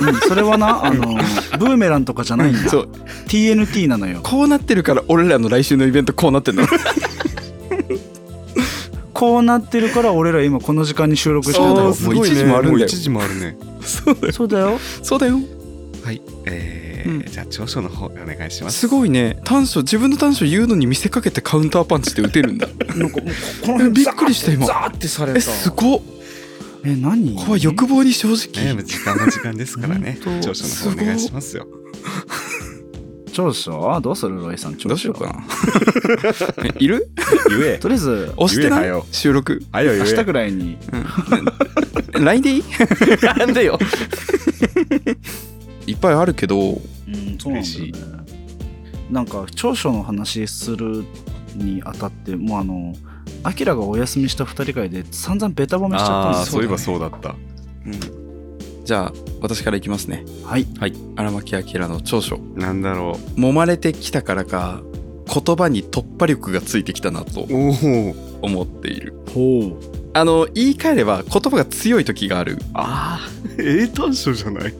B: うんそれはなあのブーメランとかじゃないんだ
C: そう
B: TNT なのよ
C: こうなってるから俺らの来週のイベントこうなってんだ
B: こうなってるから俺ら今この時間に収録してるんだ
C: そ
B: よ
C: うもう一時もあるんだよ
A: もう一時もあるね
C: そうだよ。
B: そうだよ
C: そうだよ。
A: はい、えー
C: うん
A: じゃあ長所の方お願いします
C: すごいね。短所、自分の短所言うのに見せかけてカウンターパンチって打てるんだ。
B: なんかもうここの辺
C: びっくりした今
B: ザーってされ
C: え、
B: た
C: すごっ。
B: え何
C: 怖い。欲望に正
A: ね
C: 直。
A: 時間も時間ですからね
B: 本当
A: 長所の方お願いしますよ
B: 長所どうするロイさん長所
C: どうしようか な。えいる
A: ゆえ
B: とりあえず
C: 押してな
A: 言え
C: い
A: 早
C: 収録。
A: はよ
B: 明日ぐらいに
C: LINE でいい
A: なんで よ
C: いっぱいあるけど、
B: うんそうなんだ
A: 嬉しい
B: よねなんか長所の話するにあたってもうあのアキラがお休みした二人会で散々ベタ褒めしちゃったん
A: ああ
B: です
A: そういえば
B: う
A: そうだった
C: じゃあ私からいきますね。
B: はい
C: 荒牧明の長所。
A: なんだろ
C: 揉まれてきたからか言葉に突破力がついてきたなと
A: うおお
C: 思っている
B: ほう
C: あの言い換えれば言葉が強い時がある
A: ああ英短所じゃない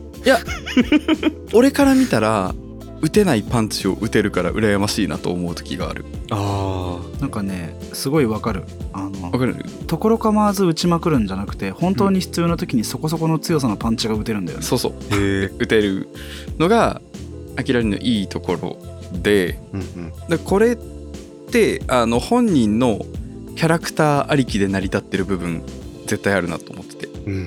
C: 俺から見たら打てないパンチを打てるから羨ましいなと思う時がある
A: あ
B: なんかねすごいわかるあの
C: わかる
B: ところ構わず打ちまくるんじゃなくて本当に必要な時にそこそこの強さのパンチが打てるんだよね、
C: そうそう
A: あへえ
C: 打てるのがアキラリのいいところで
A: うんうん
C: でこれってあの本人のキャラクターありきで成り立ってる部分絶対あるなと思ってて
A: うんう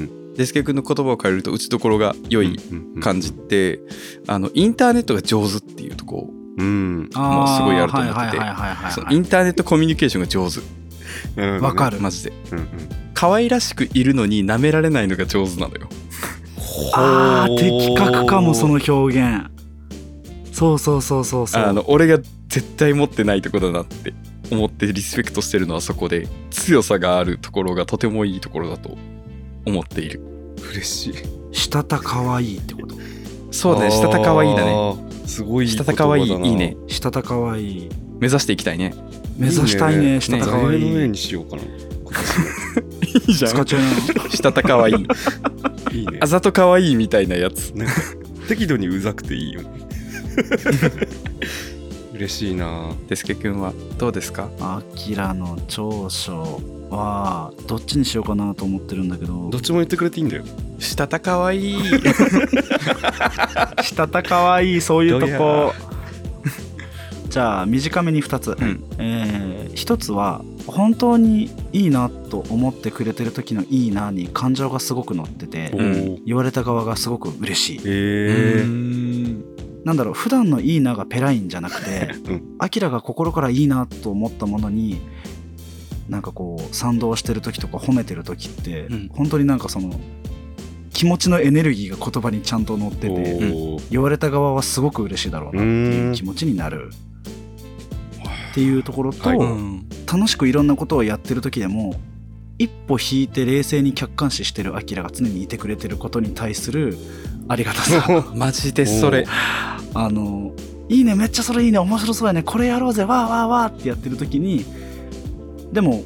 A: ん
C: デスケ君の言葉を変えると打ちどころが良
A: う
C: い
A: んうん
C: 感じって、あのインターネットが上手っていうとこ
A: うん
B: あー
C: もうすごいやると思ってて
B: はいはいはいはい
C: そ
B: は
C: の
B: い
C: インターネットコミュニケーションが上手
A: なるほどね
B: わかる
C: マジで
A: うんうん
C: 可愛らしくいるのに舐められないのが上手なのよ
B: あー的確かもそ
A: ほ
B: の表現そうそうそうそうそう
C: あの俺が絶対持ってないとこだなって思ってリスペクトしてるのはそこで強さがあるところがとてもいいところだと思っている
A: う嬉しい
B: したたかわいいってこと
C: そうだねしたたかわいいだね
A: あーすごい
C: したたかわいいいいね
B: したたかわいい
C: 目指していきたいね
B: 目指したいね
A: ね
B: したたか
A: 座
B: わい
A: 右の銘
B: い
A: にしようかない
C: いじ
B: 使っちゃう
C: したたかわいい
A: いいね
C: あざとかわいいみたいなやつ
A: なんか適度にうざくていいよね嬉しいな
C: デスケ君はどうですか
B: なア キラの長所はどっちにしようかなと思ってるんだけど
A: どっちも言ってくれていいんだよ
C: したたかわいい
B: したたかわいいそういうと
A: どや
B: こ じゃあ短めに2つ、
C: ん
B: え1つは本当にいいなと思ってくれてる時の「いいな」に感情がすごく乗ってて
A: お
C: ん
A: ー
B: 言われた側がすごく嬉しい
A: へえ
B: なんだろう普段の「いいな」がペラインじゃなくて
A: うん
B: アキラが心からいいなと思ったものになんかこう賛同してる時とか褒めてる時って、
C: うん
B: 本当になんかその気持ちのエネルギーが言葉にちゃんと乗ってて
A: おー
B: 言われた側はすごく嬉しいだろうなっていう気持ちになるっていうところと、
A: はいううん
B: 楽しくいろんなことをやってる時でも一歩引いて冷静に客観視してるアキラが常にいてくれてることに対するありがたさ
C: マジでそれ
B: あのいいねめっちゃそれいいね面白そうやねこれやろうぜわーわーわーってやってる時にでも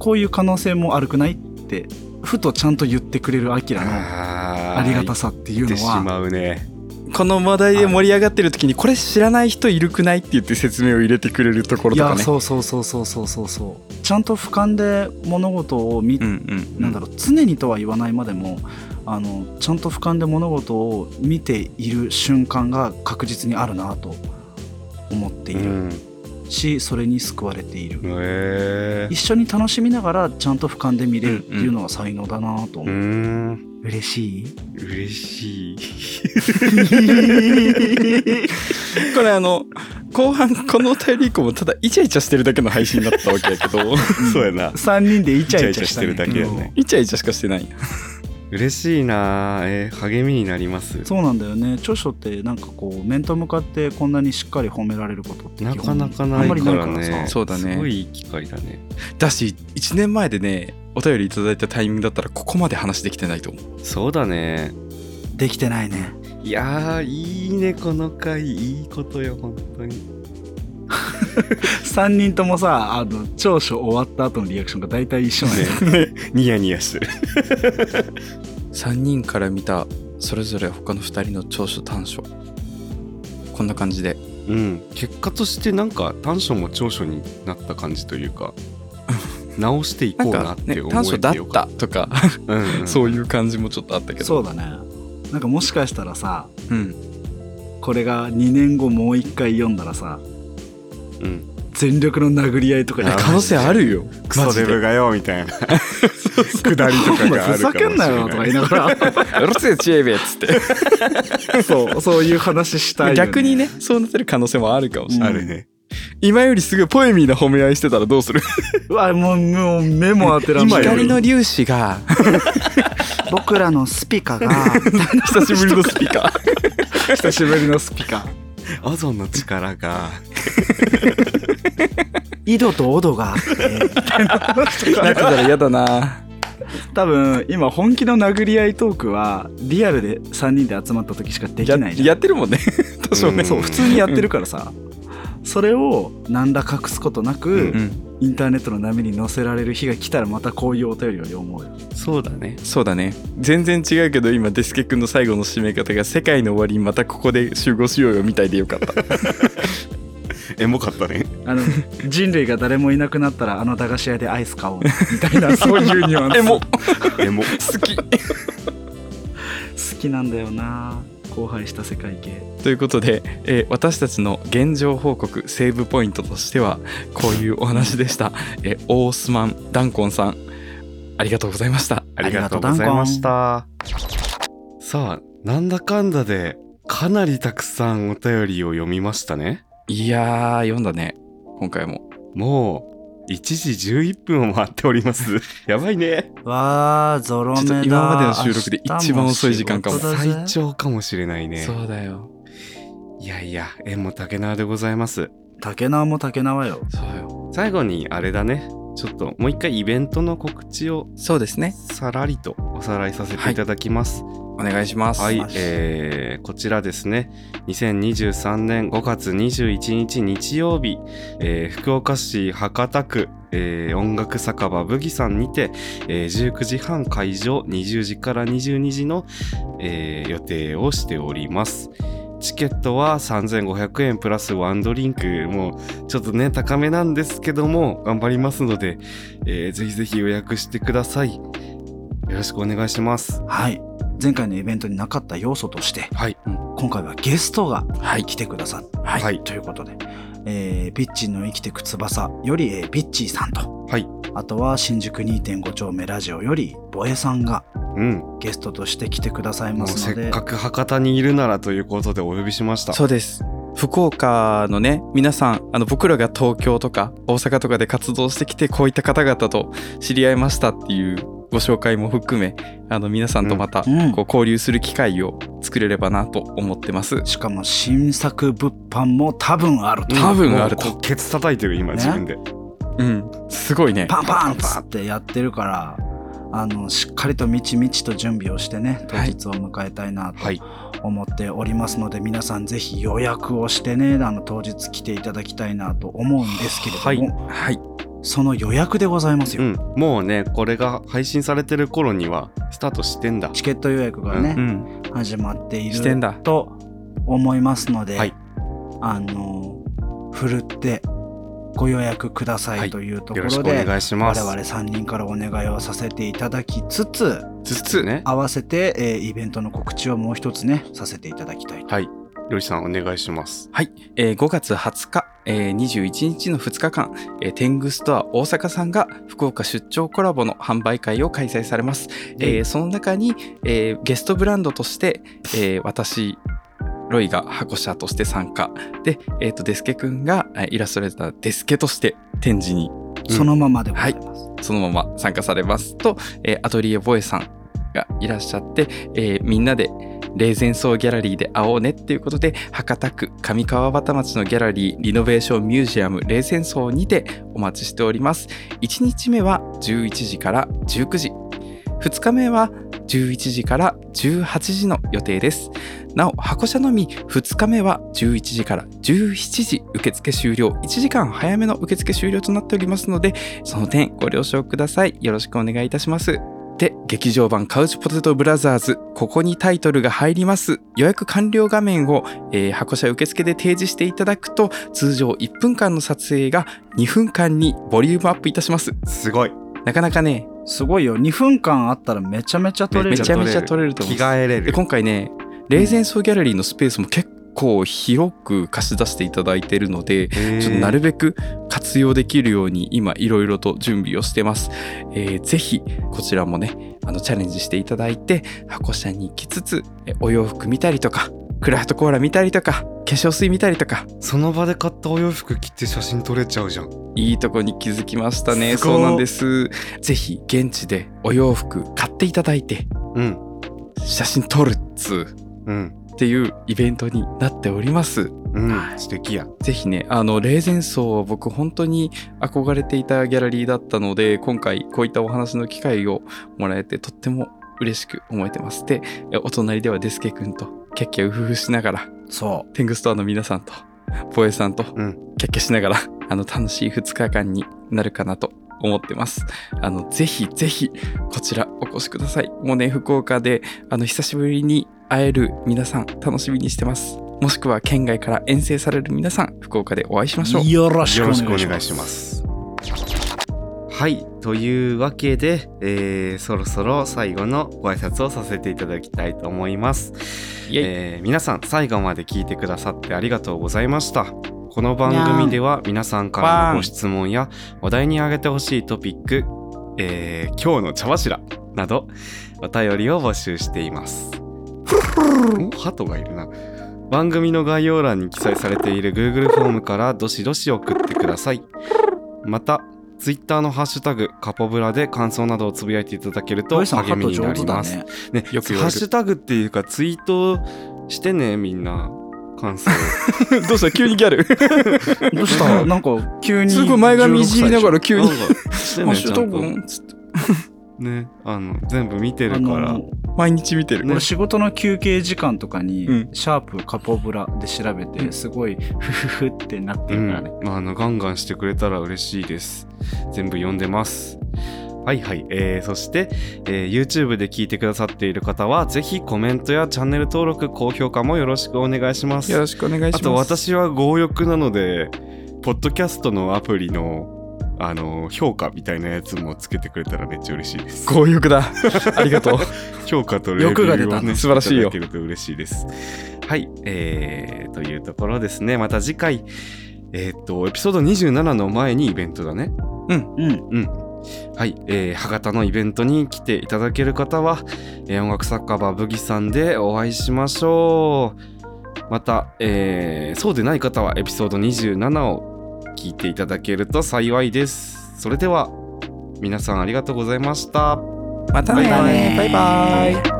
B: こういう可能性も悪くないってふとちゃんと言ってくれるアキラの
A: あ
B: ありがた
A: さ
B: さっていう
A: て
B: の
A: し
B: は
A: まうね
C: この話題で盛り上がってる時にこれ知らない人いるくないって言って説明を入れてくれるところ
B: い
C: とか
B: や
C: ね
B: そうそうそうそうそうそうそうちゃんと俯瞰で物事を見て
C: うんうん
B: なんだろう常にとは言わないまでもあのちゃんと俯瞰で物事を見ている瞬間が確実にあるなと思っている、
A: うん
B: しそれに救われている
A: へえ
B: 一緒に楽しみながらちゃんと俯瞰で見れるっていうのは才能だなと
A: うー
B: 思う、
A: ん
B: 嬉しい
A: 嬉しい
C: これあの後半このお便り以降もただイチャイチャしてるだけの配信だったわけやけど
A: そうやな
B: 3人でイチャイチ
A: イチャイチャ
B: ャ
A: し
B: した
A: て
B: ね
A: るだけやね
C: イチャイチャしかしてないんや
A: 嬉しいなあえー励みになります
B: そうなんだよね著書ってなんかこう面と向かってこんなにしっかり褒められることって
A: な
B: 基
A: か
B: 本
A: なかないか
B: あ
A: ら
B: んまりないから
A: ね
B: さ
C: そうだね
A: すごいいい機会だね
C: だし1年前でねお便りいただいたタイミングだったらここまで話できてないと思う
A: そうだね
B: できてないね
A: いやーいいねこの回いいことよ本当に
B: 3人ともさあの長所終わった後のリアクションが大体一緒なんよ
A: ねニヤニヤしてる
C: 3人から見たそれぞれ他の2人の長所短所こんな感じで
A: うん結果としてなんか短所も長所になった感じというか直してい
C: な
A: こ
C: ん
A: うな
C: か
A: っ、
C: ね
A: て、思
C: 短所
A: え
C: だ
A: て
C: っ
A: よかった
C: とか、
A: た、うんうん
C: そういう感じもちょっとあったけど
B: そうだねなんかもしかしたらさ
C: うん、
B: これが2年後もう一回読んだらさ
A: うん、
B: 全力の殴り合いとかに
A: あ
C: 可 能性あるよ
A: ク
C: マ
A: ソ
C: ジ
A: デ
C: で
A: ブがよみたいなくだりとかがあ
B: ふ
A: るか
B: ざ
A: もしれ
B: けんな
A: な
B: よ
A: い
B: とか言いなが
C: うるせえチエベっつって
B: らそうそういう話したいよ、
C: 逆にねそうなってる可能性もあるかもしれない、
A: あるね
C: 今よりすぐポエミーな褒め合いしてたらどうする
B: うわもうもう目も当てらんない
C: 光の粒子が
B: 僕らのスピカが
C: 久しぶりのスピカー
B: 久しぶりのスピカ
A: アゾンの力が
B: 井戸とオドがあって
C: なってたら嫌だな
B: 多分今本気の殴り合いトークはリアルで3人で集まった時しかできないじゃん
C: ややってるもんね 多少ね
A: ん
B: そう普通にやってるからさ、それを何ら隠すことなく、
A: うん
C: うん
B: インターネットの波に載せられる日が来たらまたこういうお便りを読もうよ
A: そうだね
C: そうだね全然違うけど今デスケ君の最後の締め方が「世界の終わりにまたここで集合しようよ」みたいでよかった
A: エモかったね
B: あの人類が誰もいなくなったらあの駄菓子屋でアイス買おうねみたいな そういうニュアンス
C: えもう
A: エモ
C: 好き
B: 好きなんだよな荒廃した世界系
C: ということで、えー私たちの現状報告セーブポイントとしてはこういうお話でした、えーオースマンダンコンさんありがとうございました
A: ありがとうございましたさあなんだかんだでかなりたくさんお便りを読みましたね
C: いやー読んだね今回も
A: もう1時11分を回っております やばいね
B: わーゾロ
C: 目だちょっと今までの収録で一番遅い時間かも
A: 最長かもしれないね
C: そうだよ
A: いやいや縁も竹縄でございます
B: 竹縄も竹縄よ
C: そうよ
A: 最後にあれだねちょっともう一回イベントの告知を
C: そうですね
A: さらりとおさらいさせていただきます、
C: お願いします
A: はい
B: ます、
A: えーこちらですね2023年5月21日日曜日、えー福岡市博多区、えー音楽酒場ブギさんにて、えー19時半会場20時から22時の、えー予定をしておりますチケットは3500円プラスワンドリンクもうちょっとね高めなんですけども頑張りますので、えーぜひぜひ予約してくださいよろしくお願いします
B: はい前回のイベントになかった要素として
A: はい
B: 今回はゲストが
C: はい
B: 来てくださって、
C: はい
B: ということで、えービッチーの生きてく翼より、えービッチーさんと、
A: はい
B: あとは新宿2.5丁目ラジオよりボエさんが
A: うん
B: ゲストとして来てください
A: も
B: ま
A: う
B: す
A: せ
B: ので
A: っかく博多にいるならということでお呼びしました。
C: そうです福岡のね皆さんあの僕らが東京とか大阪とかで活動してきてこういった方々と知り合いましたっていうご紹介も含めあの皆さんとまたこ
B: うん
C: う交流する機会を作れればなと思ってます、
B: しかも新作物販も多分あると、
C: うん多分ある
A: もう
C: と
A: こうケツ叩いてる今
B: ね
A: 自分で。
C: うん、すごいね
B: パンパンっつってやってるからあのしっかりとみちみちと準備をしてね当
C: はい
B: 日を迎えたいなと
A: はい。
B: 思っておりますので、皆さんぜひ予約をしてねあの当日来ていただきたいなと思うんですけれども、
A: はい
C: はい
B: その予約でございます
A: う
B: よ、
A: ん。もうねこれが配信されてる頃にはスタートしてんだ。
B: チケット予約が
C: う
B: ね、
C: ん
B: 始まってい
C: してん
B: る
C: だ
B: と思いますので、
A: はい
B: あのふるってご予約くださ
A: はいい
B: というとこ
A: よろし
B: ろ
A: くお
B: で、
A: 願いしま
B: 我
A: す。
B: 々3人からお願いをさせていただきつつ
A: つつね。
B: 合わせて、えーイベントの告知をもう一つねさせていただきたいと
A: はい。りょうじさんお願いします。
C: えー5月20日、えー21日の2日間、えー天狗ストア大阪さんが福岡出張コラボの販売会を開催されます、えーその中に、えーゲストブランドとして、えー私ロイが箱車として参加で、えー、とデスケくんがえーイラストレーターデスケとして展示に
B: そのままでございます。
C: そのまま参加されますと、えーアトリエボエさんがいらっしゃって、えーみんなで霊前荘ギャラリーで会おうねっていうことで博多区上川端町のギャラリーリノベーションミュージアム霊前荘にてお待ちしております1日目は11時から19時2日目は11時から18時の予定ですなお箱車のみ2日目は11時から17時受付終了1時間早めの受付終了となっておりますのでその点ご了承ください。よろしくお願いいたします。で、劇場版カウチポテトブラザーズ、ここにタイトルが入ります。予約完了画面を、えー箱車受付で提示していただくと、通常1分間の撮影が2分間にボリュームアップいたします。
A: すごい。
C: なかなかね、
B: すごいよ。2分間あったらめちゃめちゃ撮れる。
C: めちゃめちゃ撮れると
A: 着
C: 思います。
A: 替えれ
C: で、
A: る。
C: 今回ね、霊前荘ギャラリーのスペースも結構広く貸し出していただいているので、
A: えー
C: ちょっとなるべく活用できるように今いろいろと準備をしてます。えーぜひこちらもね、あのチャレンジしていただいて、箱車に行きつつ、えお洋服見たりとか、クラフトコーラ見たりとか、化粧水見たりとか、
A: その場で買ったお洋服着て写真撮れちゃうじゃん。
C: いいとこに気づきましたね。
A: すごい
C: そうなんです。ぜひ現地でお洋服買っていただいて、
A: うん。
C: 写真撮るっつう
A: うん。
C: っていうイベントになっております。
A: うん。素敵や。
C: ぜひね、あの、霊前荘は僕本当に憧れていたギャラリーだったので、今回こういったお話の機会をもらえてとっても嬉しく思えてます。で、えお隣ではデスケ君とキャッキャウフフしながら、
B: そう。
C: テングストアの皆さんと、ポエさんと、キ
A: うん
C: ャッキャしながら、 あの、楽しい2日間になるかなと思ってます。あの、ぜひぜひ、こちらお越しください。もうね、福岡で、あの、久しぶりに会える皆さん、楽しみにしてます。もしくは、県外から遠征される皆さん、福岡でお会いしましょう。
B: よろしく
A: よ
B: お願
A: ろ
B: い
A: し
B: し
A: くお
B: ます。
A: 願いします。はい。というわけで、えーそろそろ最後のご挨拶をさせていただきたいと思います。
C: イェイ
A: えー皆さん、最後まで聞いてくださってありがとうございました。この番組では皆さんからのご質問やお題に挙げてほしいトピック、えー今日の茶柱などお便りを募集しています。お鳩がいるな。番組の概要欄に記載されている Google フォームからどしどし送ってください。また、Twitter のハッシュタグカポブラで感想などをつぶやいていただけると
B: 土井さん、
A: 励
B: ハ
A: み
B: ト
A: にな
B: 上手
A: り
B: だ
A: ます。
B: ね。
A: ね、
C: よく言われる
A: ハッシュタグっていうかツイートしてねみんな感想
C: どうした 急にギャル。
B: どうしたなんか急に。
C: すごい前髪いじりなが
B: ら。
C: ら急に。
A: なんかして
C: ハッ
A: ね
C: シ
A: ち
C: ュ
A: ゃ
C: タ
A: んと
C: グつって
A: ねあの全部見て
B: あ
A: るから、
B: の
C: 毎日見てる。
B: 俺仕事の休憩時間とかに、
C: うん
B: シャープカポブラで調べて、すごい、ふふふってなって
A: う
B: る
A: ん
B: からね。
A: まああのガンガンしてくれたら嬉しいです全部読んでますはいはい、えーそして、えー YouTube で聞いてくださっている方はぜひコメントやチャンネル登録高評価もよろしくお願いします
C: よろしくお願いしま
A: あ
C: す。
A: と私は強欲なので、ポッドキャストのアプリの、あの、評価みたいなやつもつけてくれたらめっちゃ嬉しいです。
C: 強欲だ。 ありがとう。
A: 評価とレビュ
B: 欲が出
A: ー
B: た
A: をね、
C: 素晴らしいよ
A: ただけると嬉しいです。はい、えー、というところですね。また次回、えーっと、エピソード27の前にイベントだね。
B: うん。
A: うん。はい、えー、博多のイベントに来ていただける方は、えー音楽作家バブギさんでお会いしましょう。また、えーそうでない方はエピソード27を聞いていただけると幸いです。それでは、皆さんありがとうございました。
C: またね。
B: またね
C: バイバイ。